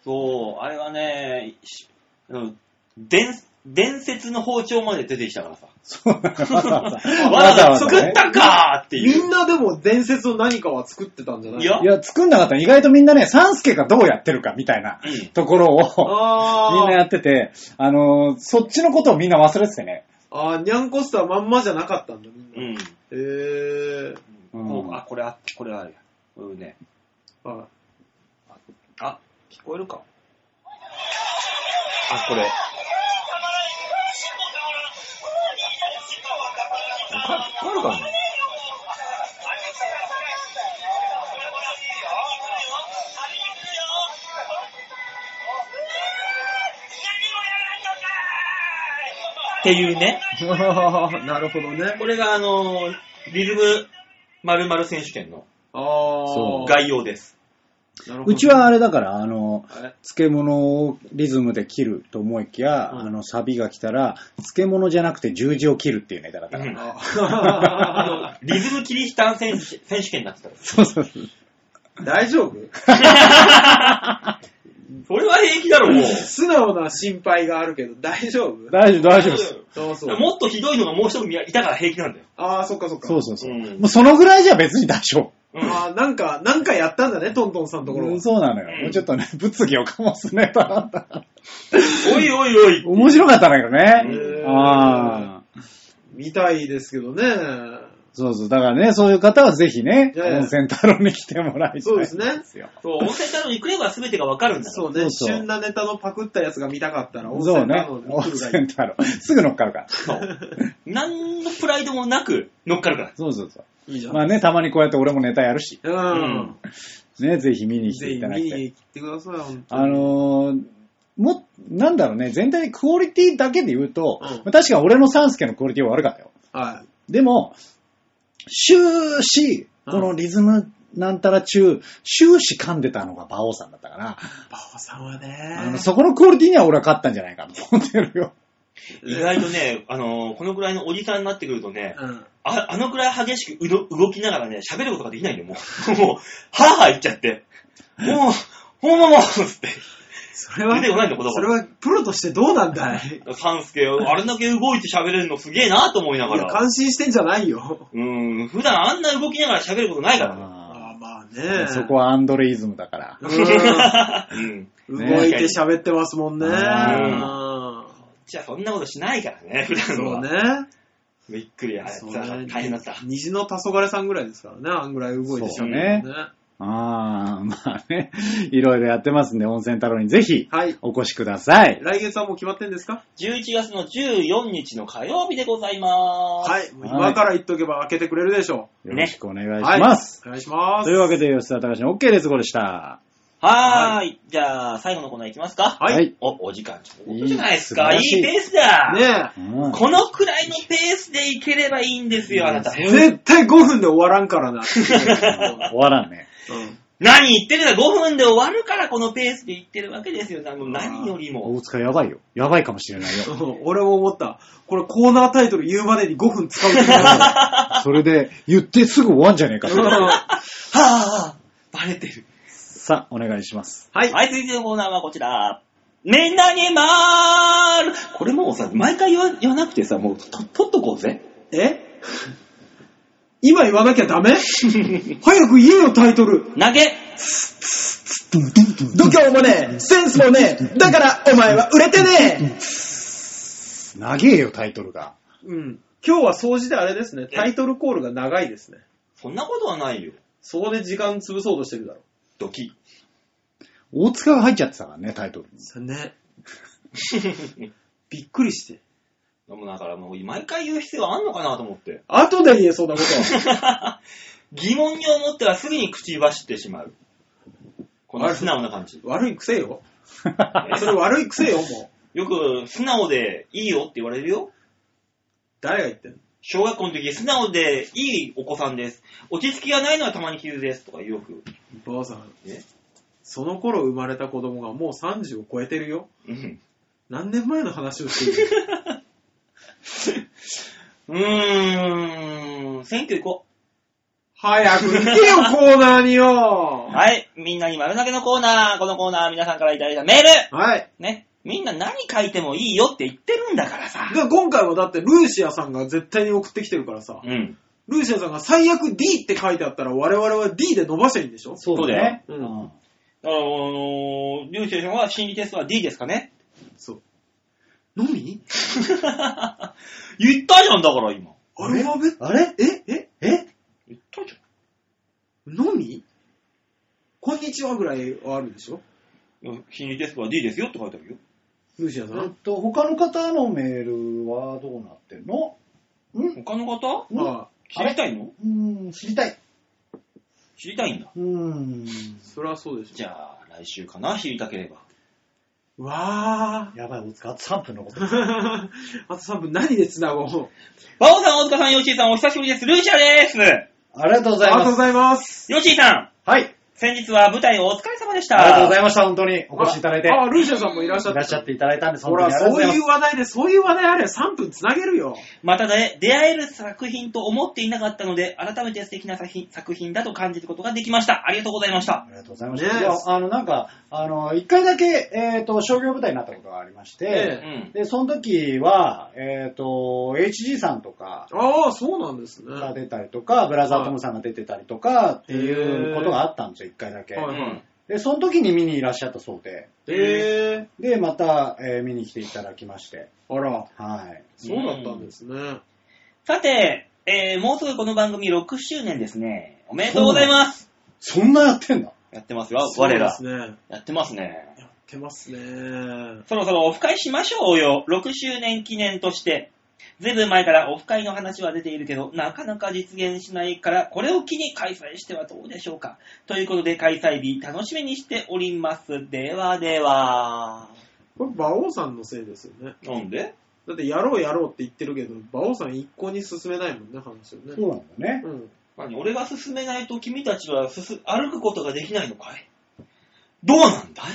S2: そう、あれはね、しあの伝伝説の包丁まで出てきたからさ。
S4: そう、わざわざ。
S2: わざわざ作ったかーって
S3: み
S2: い
S3: ん
S2: う。
S3: なでも伝説の何かは作ってたんじゃない
S2: いや
S4: いや、作んなかった。意外とみんなね、サンスケがどうやってるかみたいな
S2: うん
S4: ところを、
S3: あ
S4: みんなや
S3: あ。
S4: ってて、あのーそっちのことをみんな忘れててね。
S3: ああ、にゃんこスターまんまじゃなかったんだ、みん
S2: うん。
S3: な。へえ。
S4: うん
S2: こうあ、これあ、これあるや。これね。
S3: は
S2: あ、聞こえるか。あ、これ。か聞こえるかなっていうね。
S3: いなるほどね。
S2: これがあのー、リズム〇〇選手権の
S3: ああ。
S4: そう
S2: 概要です。
S3: なるほど
S4: うちはあれだから、あの、
S3: あれ
S4: 漬物をリズムで切ると思いきや、
S3: うん
S4: あの、サビが来たら、漬物じゃなくて十字を切るっていうネタだったから。
S2: うん
S3: あ
S2: リズムキリシタン選手選手権になってたんです。
S4: そうそうそう。
S3: 大丈夫
S2: それは平気だ ろ、もう。
S3: 素直な心配があるけど、大丈夫
S4: 大丈夫、大丈夫です。
S3: そうそう。
S2: もっとひどいのがもう一人いたから平気なんだよ。
S3: ああ、そっかそっか。
S4: そうそうそう。
S2: うん
S4: もうそのぐらいじゃ別に大丈
S2: うん
S3: ああ、なんか、なんかやったんだね、トントンさんのと
S4: 夫。
S3: こ
S4: う
S3: ろ
S4: ん。そうなのよ。
S2: うん
S4: もうちょっとね、物議を醸すネタだった。
S2: おいおいおい。
S4: 面白かったんだけどね。
S3: へー
S4: ああ。
S3: みたいですけどね。
S4: そうそう。だからね、そういう方はぜひね、
S3: ええ
S4: 温泉太郎に来てもらいたい。
S3: そうですね。
S4: よ。
S2: そう、温泉太郎に来れば全てがわかるんだから。
S3: そうね、
S4: そうそう
S3: 旬なネタのパクったやつが見たかったら、温
S4: そう
S3: 泉
S4: ね
S3: な。のに
S4: 温
S3: 来るがい
S4: 泉
S3: い。
S4: 太郎。すぐ乗っかるから。
S2: そう。何のプライドもなく乗っかるから。
S4: そうそうそ
S3: いいじゃ
S4: う。
S3: ん。
S4: まあね、たまにこうやって俺もネタやるし、
S3: うん。
S4: ね、ぜひ見に来
S3: ぜ
S4: てい
S3: ひ
S4: ただ
S3: 見
S4: き
S3: に
S4: たい。
S3: 行ってください、本当に
S4: あのー、も、なんだろうね、全体にクオリティだけで言うと、
S3: うん
S4: まあ確か俺のサンスケのクオリティは悪かったよ。
S3: はい。
S4: でも、終始、このリズムなんたら中、終始噛んでたのが馬王さんだったから、
S3: バオさんは
S4: あの
S3: ね、
S4: そこのクオリティには俺は勝ったんじゃないかと思ってるよ。
S2: 意外とね、あのーこのくらいのおじさんになってくるとね、
S3: うん。
S2: ああのくらい激しくうど動きながらね、喋ることができないんだよ、もう。 もう、はぁはぁ言っちゃって。もう、ほんまもうつって。
S3: それは、
S2: 出てこないんだ言葉
S3: それはプロとしてどうなんだい
S2: サンスケ、あれだけ動いて喋れるのすげえなと思いないが
S3: や、
S2: ら。
S3: 感心してんじゃないよ。
S2: うん、普段あんな動きながら喋ることないからね。
S3: ああ、
S4: あ
S3: まあ
S4: ー
S3: ね。
S4: そこはアンドレイズムだから。
S3: うん
S2: うん。
S4: ね
S3: 動いて喋ってますもんね。
S4: うん
S3: うん
S2: じゃあそんなことしないからね、普段
S3: そう
S2: は。
S3: ね。
S2: びっくり、あれ、
S3: そう
S2: 辛かった大変だった。
S3: 虹の黄昏さんぐらいですからね、あんぐらい動いてしゃべるのね。
S4: ああ、まあね、 いろいろやってますんで、温泉太郎にぜひ
S3: はい。
S4: お越しください。
S3: 来月はもう決まってんですか
S2: 11月の14日の火曜日でございます。
S3: はい。もう今から言っとけば開けてくれるでしょ
S4: よろしくお願いします。
S3: う。お願いします。
S4: というわけで、吉田隆の OK です。こでした。
S2: はーい。じゃあ、最後のコーナーいきますか。
S3: はい。
S4: はい。
S2: お、お時間ちょうどじゃないですか。い
S4: いい素晴らしい
S2: いペースだ。
S3: ね
S4: うん
S2: このくらいのペースでいければいいんですよ、あなた。
S3: え。絶対5分で終わらんからな。
S4: 終わらんね。
S3: う
S2: 何言ってるんだ ?5 分で終わるからこのペースでいってるわけですよ。あの何よりも。
S4: 大塚やばいよ。やばいかもしれないよ。
S3: んうん俺も思った。これコーナータイトル言うまでに5分使うってなる
S4: それで、言ってすぐ終わんじゃねえ かと。
S2: はぁ、バレてる。
S4: さあ、お願いします。
S3: はい。
S2: はい、続いてのコーナーはこちら。みんなにまーるこれもうさ、毎回言わ言わなくてさ、もうと、取っとこうぜ。
S3: え今言わなきゃダ メ早く言えよ、タイトル。
S2: 投げ
S1: 度胸もねえ、センスもねえ、だからお前は売れてね
S4: 長えよ、タイトルが。
S3: うん。今日は掃除であれですね。タイトルコールが長いですね。
S2: そんなことはないよ。
S3: そこで時間潰そうとしてるだろ
S2: ド キ。
S4: 大塚が入っちゃってたからね、タイトル
S3: う。
S4: に。
S3: ね。びっくりして。
S2: でもだからもう、毎回言う必要あんのかなと思って。
S3: 後で言え、そんなことは。
S2: 疑問に思ってはすぐに口走ってしまう。この素直な感じ。
S3: 悪い癖よ。
S2: え
S3: それ悪い癖よ、もう。
S2: よく、素直でいいよって言われるよ。
S3: 誰が言ってんの
S2: 小学校の時、素直でいいお子さんです。落ち着きがないのはたまに傷です。とかよく。
S3: ばあさん
S2: え。
S3: その頃生まれた子供がもう30を超えてるよ。
S2: うん。
S3: 何年前の話をしている
S2: うーん。選挙行こ
S3: 早く行けよ、コーナーによ
S2: う。。はい。みんなに丸投げのコーナー。このコーナー皆さんからいただいたメール。
S3: はい。
S2: ね。みんな何書いてもいいよって言ってるんだからさ。
S3: で、今回はだってルーシアさんが絶対に送ってきてるからさ、
S2: うん。
S3: ルーシアさんが最悪 D って書いてあったら我々は D で伸ばせばいいんでしょ
S4: そ
S2: だ
S4: う
S2: ね。
S3: う。
S4: うんん。
S2: あのー、リュウシュウさんは心理テストは D ですかね
S3: そう。のみ
S2: 言ったじゃん、だから今。
S3: アルファベット
S4: あれ
S3: ええ
S4: え
S2: 言ったじ
S3: のみこんにちはぐらいはあるでしょ
S2: ゃん。心理テストは D ですよって書いてあるよ。
S3: ルーシアさ
S4: えっ
S3: ん。
S4: と、他の方のメールはどうなってんのん
S2: 他の方
S4: うん
S3: ああ、
S2: 知りたいの
S4: うん、知りたい。
S2: 知りたいんだ。
S4: うん。
S3: そりゃそうでしょ。
S2: じゃあ、来週かな、知りたければ。
S3: わ
S4: やばい、大塚、あと3分残ってる。
S3: ー。 あと3分何で繋ごう
S2: バオさん、大塚さん、ヨッシーさん、お久しぶりです。ルーシャで
S4: ありがとうご
S3: あ
S4: ざ
S3: り
S4: い
S3: がとうご
S4: ます。
S3: ざいます。
S2: す。ヨッシーさん、
S4: はい。
S2: 先日は舞台お疲れ様でした。
S4: ありがとうござ
S2: い
S4: いました、本当に。お越しいただいて。
S3: あ、
S4: い
S3: ルーシアさんもいらっしゃって。
S4: らっしゃっていただいたんで、
S3: ほ
S4: 本当
S3: ら、
S4: にありが
S3: そ
S4: とうご
S3: う
S4: ざいま
S3: い
S4: す
S3: う。話題で、そういう話題あれば3分繋げるよ。
S2: またね、出会える作品と思っていなかったので、改めて素敵な作品作品だと感じることができました。ありがとうございました
S4: あ。りがとうございました。
S3: ねえ
S4: いや、あの、なんか、あの、一回だけ、えっ、と、商業舞台になったことがありまして、
S2: う
S3: え
S2: ん。
S4: で、その時は、えっ、と、HG さんとか
S3: ああ、そうなんですね。
S4: が
S3: はい
S4: 出たりとか、ブラザートムさんが出てたりとか、っていうことがあったんですよ、一回だけ。
S2: う
S3: は
S2: ん
S3: い。
S4: で、その時に見にいらっしゃったそうで、
S3: ええ
S4: で、また、えー見に来ていただきまして、
S3: あら、
S4: はい。
S3: そうだったんですね。
S2: さて、えー、もうすぐこの番組6周年ですね。おめでとうございます。
S4: そんなやってんだ
S2: やってますよ、
S3: そう
S2: 我
S3: で
S2: ら
S3: す。ね。
S2: やってますね。
S3: やってますね。
S2: そろそろオフ会しましょうよ。6周年記念として。ずいぶん前からオフ会の話は出ているけど、なかなか実現しないから、これを機に開催してはどうでしょうか。ということで、開催日楽しみにしております。ではでは。
S3: これ、馬王さんのせいですよね。
S2: なんで
S3: だって、やろうやろうって言ってるけど、馬王さん一向に進めないもんね、話を
S4: そ
S3: ね。
S4: うなんだね。
S3: うん。
S2: 何俺が進めないと君たちはすす歩くことができないのかいどうなんだい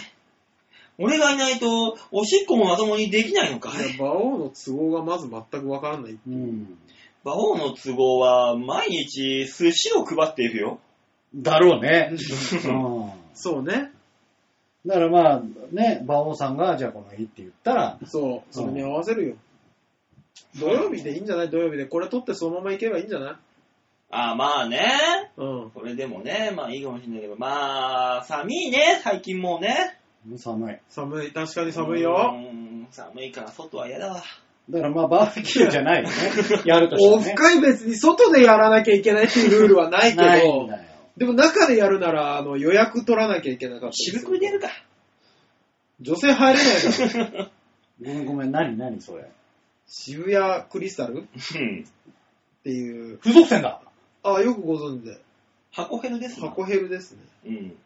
S2: 俺がいないと、おしっこもまともにできないのか
S3: いや、
S2: い
S3: 馬王の都合がまず全くわからない。
S4: うん。
S2: 馬王の都合は、毎日寿司を配っているよ。
S4: だろうね。うん
S3: そうね。
S4: だからまあ、ね、馬王さんが、じゃあこのいいって言ったら、
S3: そう、それに合わせるよ。土曜日でいいんじゃない土曜日で。これ取ってそのまま行けばいいんじゃない
S2: ああ、まあね。
S3: うん。
S2: これでもね、まあいいかもしれないけど、まあ、寒いね、最近もうね。
S4: 寒い。
S3: 寒い、確かに寒いよ。
S2: うーん。寒いから外は嫌だわ。
S4: だからまあ、バーベキューじゃない よね。やるとして
S3: オ
S4: も
S3: フ
S4: ね。
S3: 会別に外でやらなきゃいけないっていうルールはないけ
S4: ないん
S3: ど、
S4: だよ。
S3: でも中でやるならあの予約取らなきゃいけなかったです
S2: 渋く出るか。
S3: 女性入れないから。
S4: ごめんごめん、何何それ。
S3: 渋谷クリスタルっ
S2: うん。
S3: ていう、
S4: 付属船だ
S3: あ、よくご存知で。
S2: 箱ヘルですな
S3: 箱ヘルですね。
S2: うん。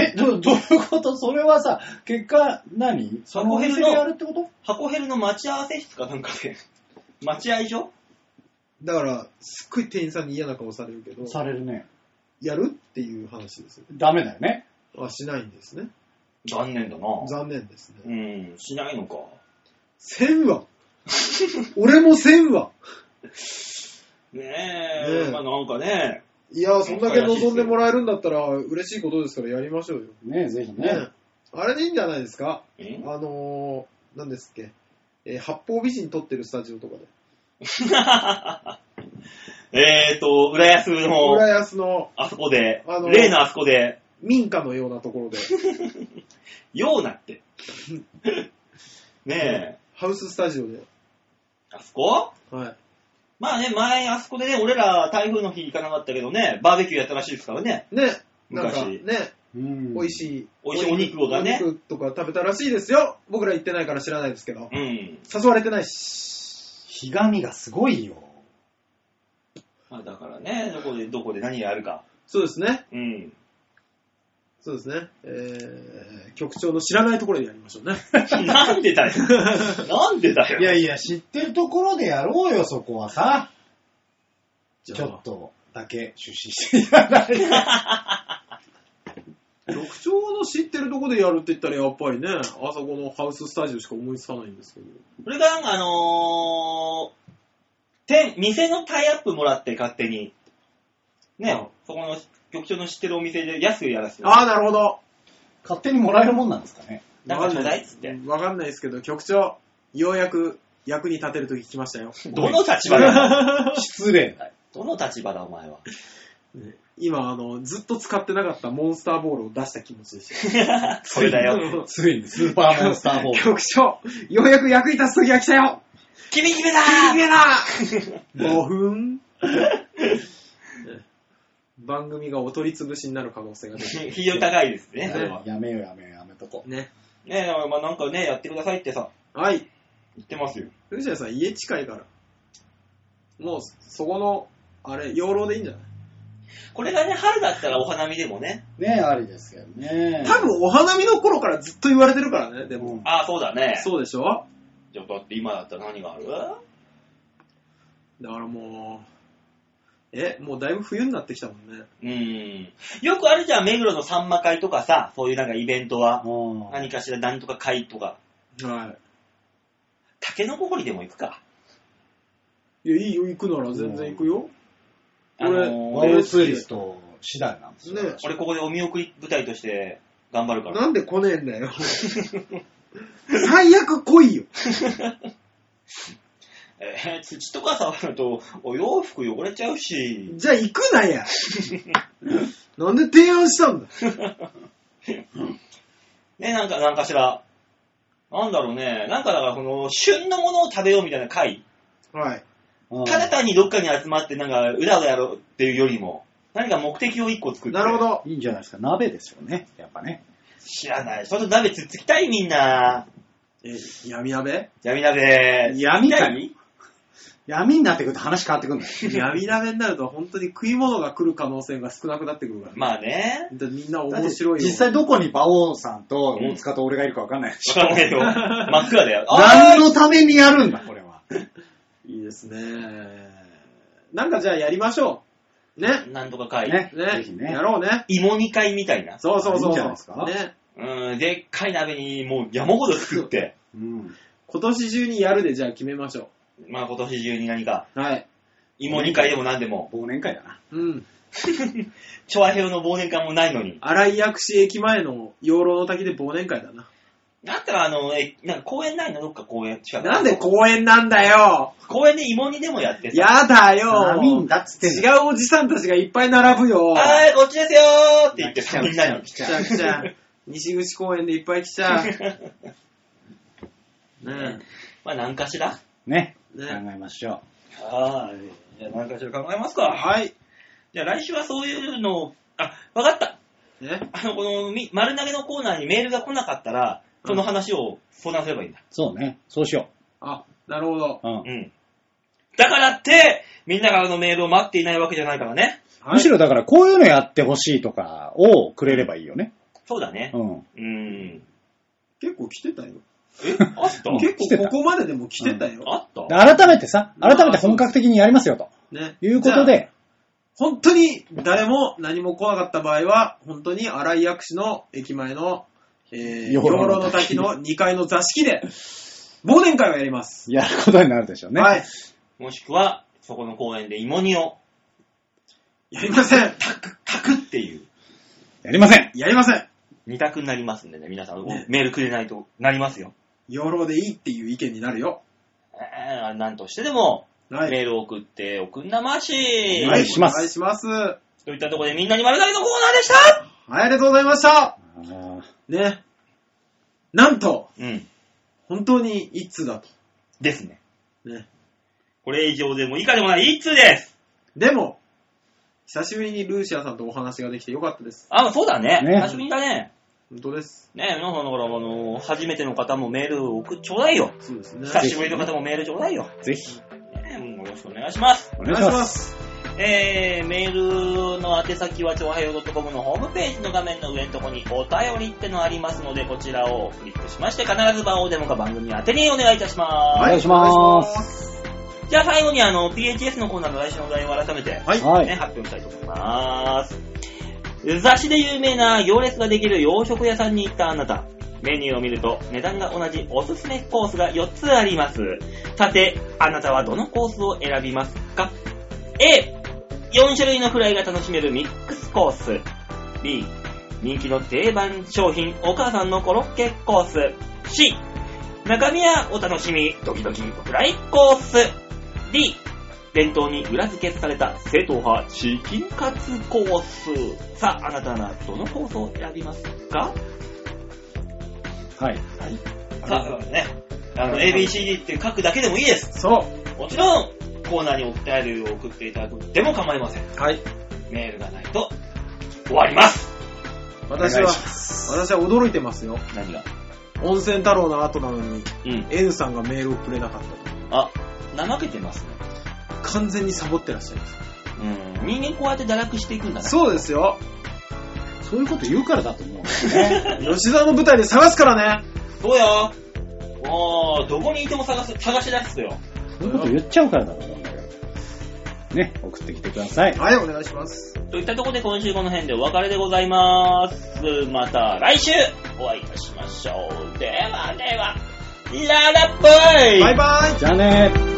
S4: え、どどういうことそれはさ、結果何、そのお店でやるってこと
S2: 箱ヘルの待ち合わせ室かなんかで、待合所
S3: だから、すっごい店員さんに嫌な顔されるけど、
S4: されるね。
S3: やるっていう話ですよ。
S4: ダメだよね。
S3: あ、しないんですね。
S2: 残念だな。
S3: 残念ですね。
S2: うん、しないのか。
S3: せんわ俺もせんわ
S2: ね
S3: ね
S2: え、
S3: え
S2: まあなんかね、
S3: いや、そんだけ望んでもらえるんだったら、嬉しいことですからやりましょうよ。
S4: ねぜひね。
S3: ねあれでいいんじゃないですか
S2: え
S3: あのー、何ですっけ、えー八方美人撮ってるスタジオとかで。
S2: えーと、浦安
S3: 浦
S2: の、
S3: 安の
S2: あそこで
S3: あ、の
S2: 例のあそこで、
S3: 民家のようなとこ ろで、
S2: ような って。ねえ、
S3: ハウススタジオで。
S2: あそこ
S3: はい。
S2: まあね、前あそこでね、俺ら台風の日行かなかったけどね、バーベキューやったらしいですからね。
S3: ね、なんか
S2: 昔
S3: ね、
S4: うん。
S3: 美味しい。
S2: 美味しいお肉をだね
S3: お肉とか食べたらしいですよ。僕ら行ってないから知らないですけど。
S2: うん。
S3: 誘われてないし。
S4: ひがみがすごいよ。
S2: まあだからね、どこで、どこで何やるか。
S3: そうですね。
S2: うん。
S3: そうですね。えー、局長の知らないところでやりましょ うね。
S2: なんで だよ。なんでだよ。
S4: いやいや、知ってるところでやろうよ、そこはさ。
S3: じ
S4: ち
S3: ゃ
S4: ょ
S3: あ
S4: っ、とだけ出資していただいて。
S3: 局長の知ってるところでやるって言ったらやっぱりね、あそこのハウススタジオしか思いつかないんですけど。
S2: それがなんかあのー、店、店のタイアップもらって勝手に。ね
S3: うん、
S2: そこの局長の知ってるお店で安くやらせて。
S3: ああ、なるほど。
S4: 勝手にもらえるもんなんですかね。
S2: なんかちょうだいっつって。
S3: わかんないですけど、局長、ようやく役に立てるとき来ましたよ。
S2: どの立場だ
S4: 失礼。
S2: どの立場だお前 は。
S3: 今、あの、ずっと使ってなかったモンスターボールを出した気持ちでし
S2: それ だよ。
S3: た。
S4: ついにスーパーモンスター ボール。
S3: 局長、ようやく役に立つ時が来たよ
S2: 君君だ
S3: いけな !5 分番組がお取り潰しになる可能性が出て
S2: ー非常に高いですね、それは。
S4: やめようやめようやめとこ
S3: くる。ね。
S2: ねえ、だからまあなんかね、やってくださいってさ、
S3: はい。
S2: 言ってますよ。
S3: 藤谷さん、家近いから。もう、そこの、あれ、養老でいいんじゃない
S2: これがね、春だったらお花見でもね。
S4: う。ねありですけどね。
S3: 多分お花見の頃からずっと言われてるからね、でも。
S2: ああ、そうだね。
S3: そうでしょ
S2: じゃあ、だって今だったら何がある
S3: だからもう、え、もうだいぶ冬になってきたもんね。
S2: うーん。よくあるじゃん、目黒のさんま会とかさ、そういうなんかイベントは。
S4: うん。
S2: 何かしら何とか会とか。
S3: は
S2: タケノコ掘りでも行くか。
S3: い。いや、いいよ、行くなら全然行くよ。
S2: あの
S3: 俺
S4: ワ
S2: ー、
S4: ールドツイリスト次第なんですよ。
S3: ね
S2: 俺ここでお見送り舞台として頑張るから。
S3: なんで来ねえんだよ。最悪来いよ。
S2: えー、土とか触るとお洋服汚れちゃうし。
S3: じゃあ行くなや。なんで提案したんだ。
S2: ね、なんか、なんかしら。なんだろうね。なんかだから、この、旬のものを食べようみたいな会。
S3: はい。
S4: うん
S2: ただ単にどっかに集まって、なんか、うだうだやろうっていうよりも、何か目的を一個作って。
S3: なるほ。ど。
S4: いいんじゃないですか。鍋ですよね。やっぱね。
S2: 知らない。それと鍋つっつきたい、みんな。
S3: え、闇鍋
S2: 闇鍋。
S4: 闇か
S2: 見
S4: 闇になってくると話変わってくるんだよ。
S3: 闇鍋になると本当に食い物が来る可能性が少なくなってくるか
S2: た
S3: ら
S2: いま
S3: ね。
S2: あね。
S3: だってみんな面白いよ。
S4: 実際どこに馬王さんと大塚と俺がいるか分かんないでし
S2: し
S4: ょ。
S2: かも よ、真っ暗だよ。あ
S4: 何のためにやるんだ、これは。
S3: いいですね。なんかじゃあやりましょう。ね。
S2: ーなんとか会。
S4: ね。ぜ
S3: ね
S4: ひ。ね
S3: や。ろうね。
S2: 芋煮会みたいな。
S3: そうそうそう。
S4: いいんじゃないですか
S3: ね。
S2: うん、でっかい鍋にもう山ほど作って、
S4: うん。
S3: 今年中にやるでじゃあ決めましょ
S2: まあ今年中に何か、
S3: う。はい。
S2: 芋煮会でも何で も、
S4: 忘年会だな。
S3: うん。
S2: 調和平和の忘年会もないのに。
S3: 荒井薬師駅前の養老の滝で忘年会だな。
S2: だったらあの、え、なんか公園ないのどっか公園近く。
S3: なんで公園なんだよ
S2: 公園で芋煮でもやってさ。
S3: やだ
S4: 闇に
S3: よ
S4: だっつってん
S3: 違
S4: だよ
S3: うおじさんたちがいっぱい並ぶよ。
S2: はーい、こっちですよーって言ってさ、みんなに。
S3: 来ちゃう来ちゃう。西口公園でいっぱい来ち ゃう。ね
S2: まあ何かしら。
S4: ね。考
S3: ね
S4: えましょ
S2: はーい。じゃあ何かしら考えますか。
S3: はい。
S2: じゃあ来週はそういうのを、あ、わかった。
S3: ね。
S2: あの、このみ丸投げのコーナーにメールが来なかったら、その話を相談すればいいんだ
S4: う。。そうね。そうしよ
S3: あ、なるほど。
S4: う。うん
S2: うん。だからって、みんなからのメールを待っていないわけじゃないからね。
S3: はい
S4: むしろだからこういうのやってほしいとかをくれればいいよね。
S2: そうだね。
S4: うん。
S2: うん。
S3: 結構来てたよ。
S2: え、あ った
S4: うん
S3: 結
S4: 来て
S3: 構
S4: た
S3: ここまででも来てたよ。
S2: あった
S4: 改めてさ、改めて本格的にやりますよ、と
S3: ね。
S4: いうこと
S3: じゃあ。
S4: で、
S3: 本当に誰も何も来なかった場合は、本当に荒井薬師の駅前の、えー、養
S4: 養老
S3: 老
S4: の
S3: の
S4: 滝
S3: 滝の2階の座敷で、忘年会をやります。
S4: やることになるでしょうね。
S3: はい。
S2: もしくは、そこの公園で芋煮を
S3: やりません。
S2: 炊くっていう、
S4: やりません。
S3: やりません。
S2: 二択になりますんでね、皆さん、
S3: ね
S2: メールくれないとなりますよ。
S3: 養老でいいっていう意見になるよ。
S2: えー、なんとしてでも、
S3: はい。
S2: メールを送っておくんなまし、
S4: お願いします
S3: お願いします。はい、
S2: といったところでみんなに丸投げのコーナーでした
S3: ありがとうございました。ね。なんと、
S2: うん。
S3: 本当に一通だと。
S2: ですね。
S3: ね。
S2: これ以上でも以下でもない一通です
S3: でも、久しぶりにルーシアさんとお話ができてよかったです。
S2: あ、そうだね。
S4: ね
S2: 久しぶりだね。
S3: 本当です。
S2: ね皆さんだから、あの、初めての方もメールを送っちょうだいよ。
S3: そうですね。
S2: 久しぶりの方もメールちょうだいよ。
S4: ぜひ、
S2: ねもうよろしくお願いします。
S4: お
S3: お
S4: 願
S3: 願い
S4: いし
S3: し
S4: ま。
S3: ますす。
S2: えー、メールの宛先は、超平洋 .com のホームページの画面の上のとこにお便りってのありますので、こちらをクリックしまして、必ず番号デモか番組宛てにお願いいたします。
S4: 願いします
S3: す。
S2: じゃあ最後にあの、PHS のコーナーの来週のお題を改めて、
S3: はい。
S4: はい
S2: ね、。発表したいと思います。雑誌で有名な行列ができる洋食屋さんに行ったあなた。メニューを見ると値段が同じおすすめコースが4つあります。さて、あなたはどのコースを選びますか ?A、4種類のフライが楽しめるミックスコース。B、人気の定番商品お母さんのコロッケコース。C、中身はお楽しみドキドキフライコース。D、伝統に裏付けされた正統派チキンカツコース。さあ、あなたはどのコースを選びますか
S4: はい。
S2: さあ、ね、あの、ABCD って書くだけでもいいです。
S3: そう。
S2: もちろん、コーナーにお便りを送っていただくでも構いません。
S3: はい。
S2: メールがないと、終わります。
S3: 私
S4: お
S3: は
S4: 願いし、
S3: 私は驚いてますよ。
S2: 何が
S3: 温泉太郎の後なのに、
S2: うん。
S3: N さんがメールをくれなかったと。
S2: あ、怠けてますね。
S3: 完全にサボってらっしゃいます。
S2: うん。人間こうやって堕落していくんだな。
S3: そうですよ。
S4: そういうこと言うからだと思うんですね。
S3: 吉沢の舞台で探すからね。
S2: そうよ。もう、どこにいても探す、探し出すよ。
S4: そういうこと言っちゃうからだと思うんだけど。ね、送ってきてください。
S3: はい、お願いします。
S2: といったところで今週この辺でお別れでございます。また来週お会いいたしましょう。ではでは、ララぽい
S3: バイバイ。
S4: じゃあねー。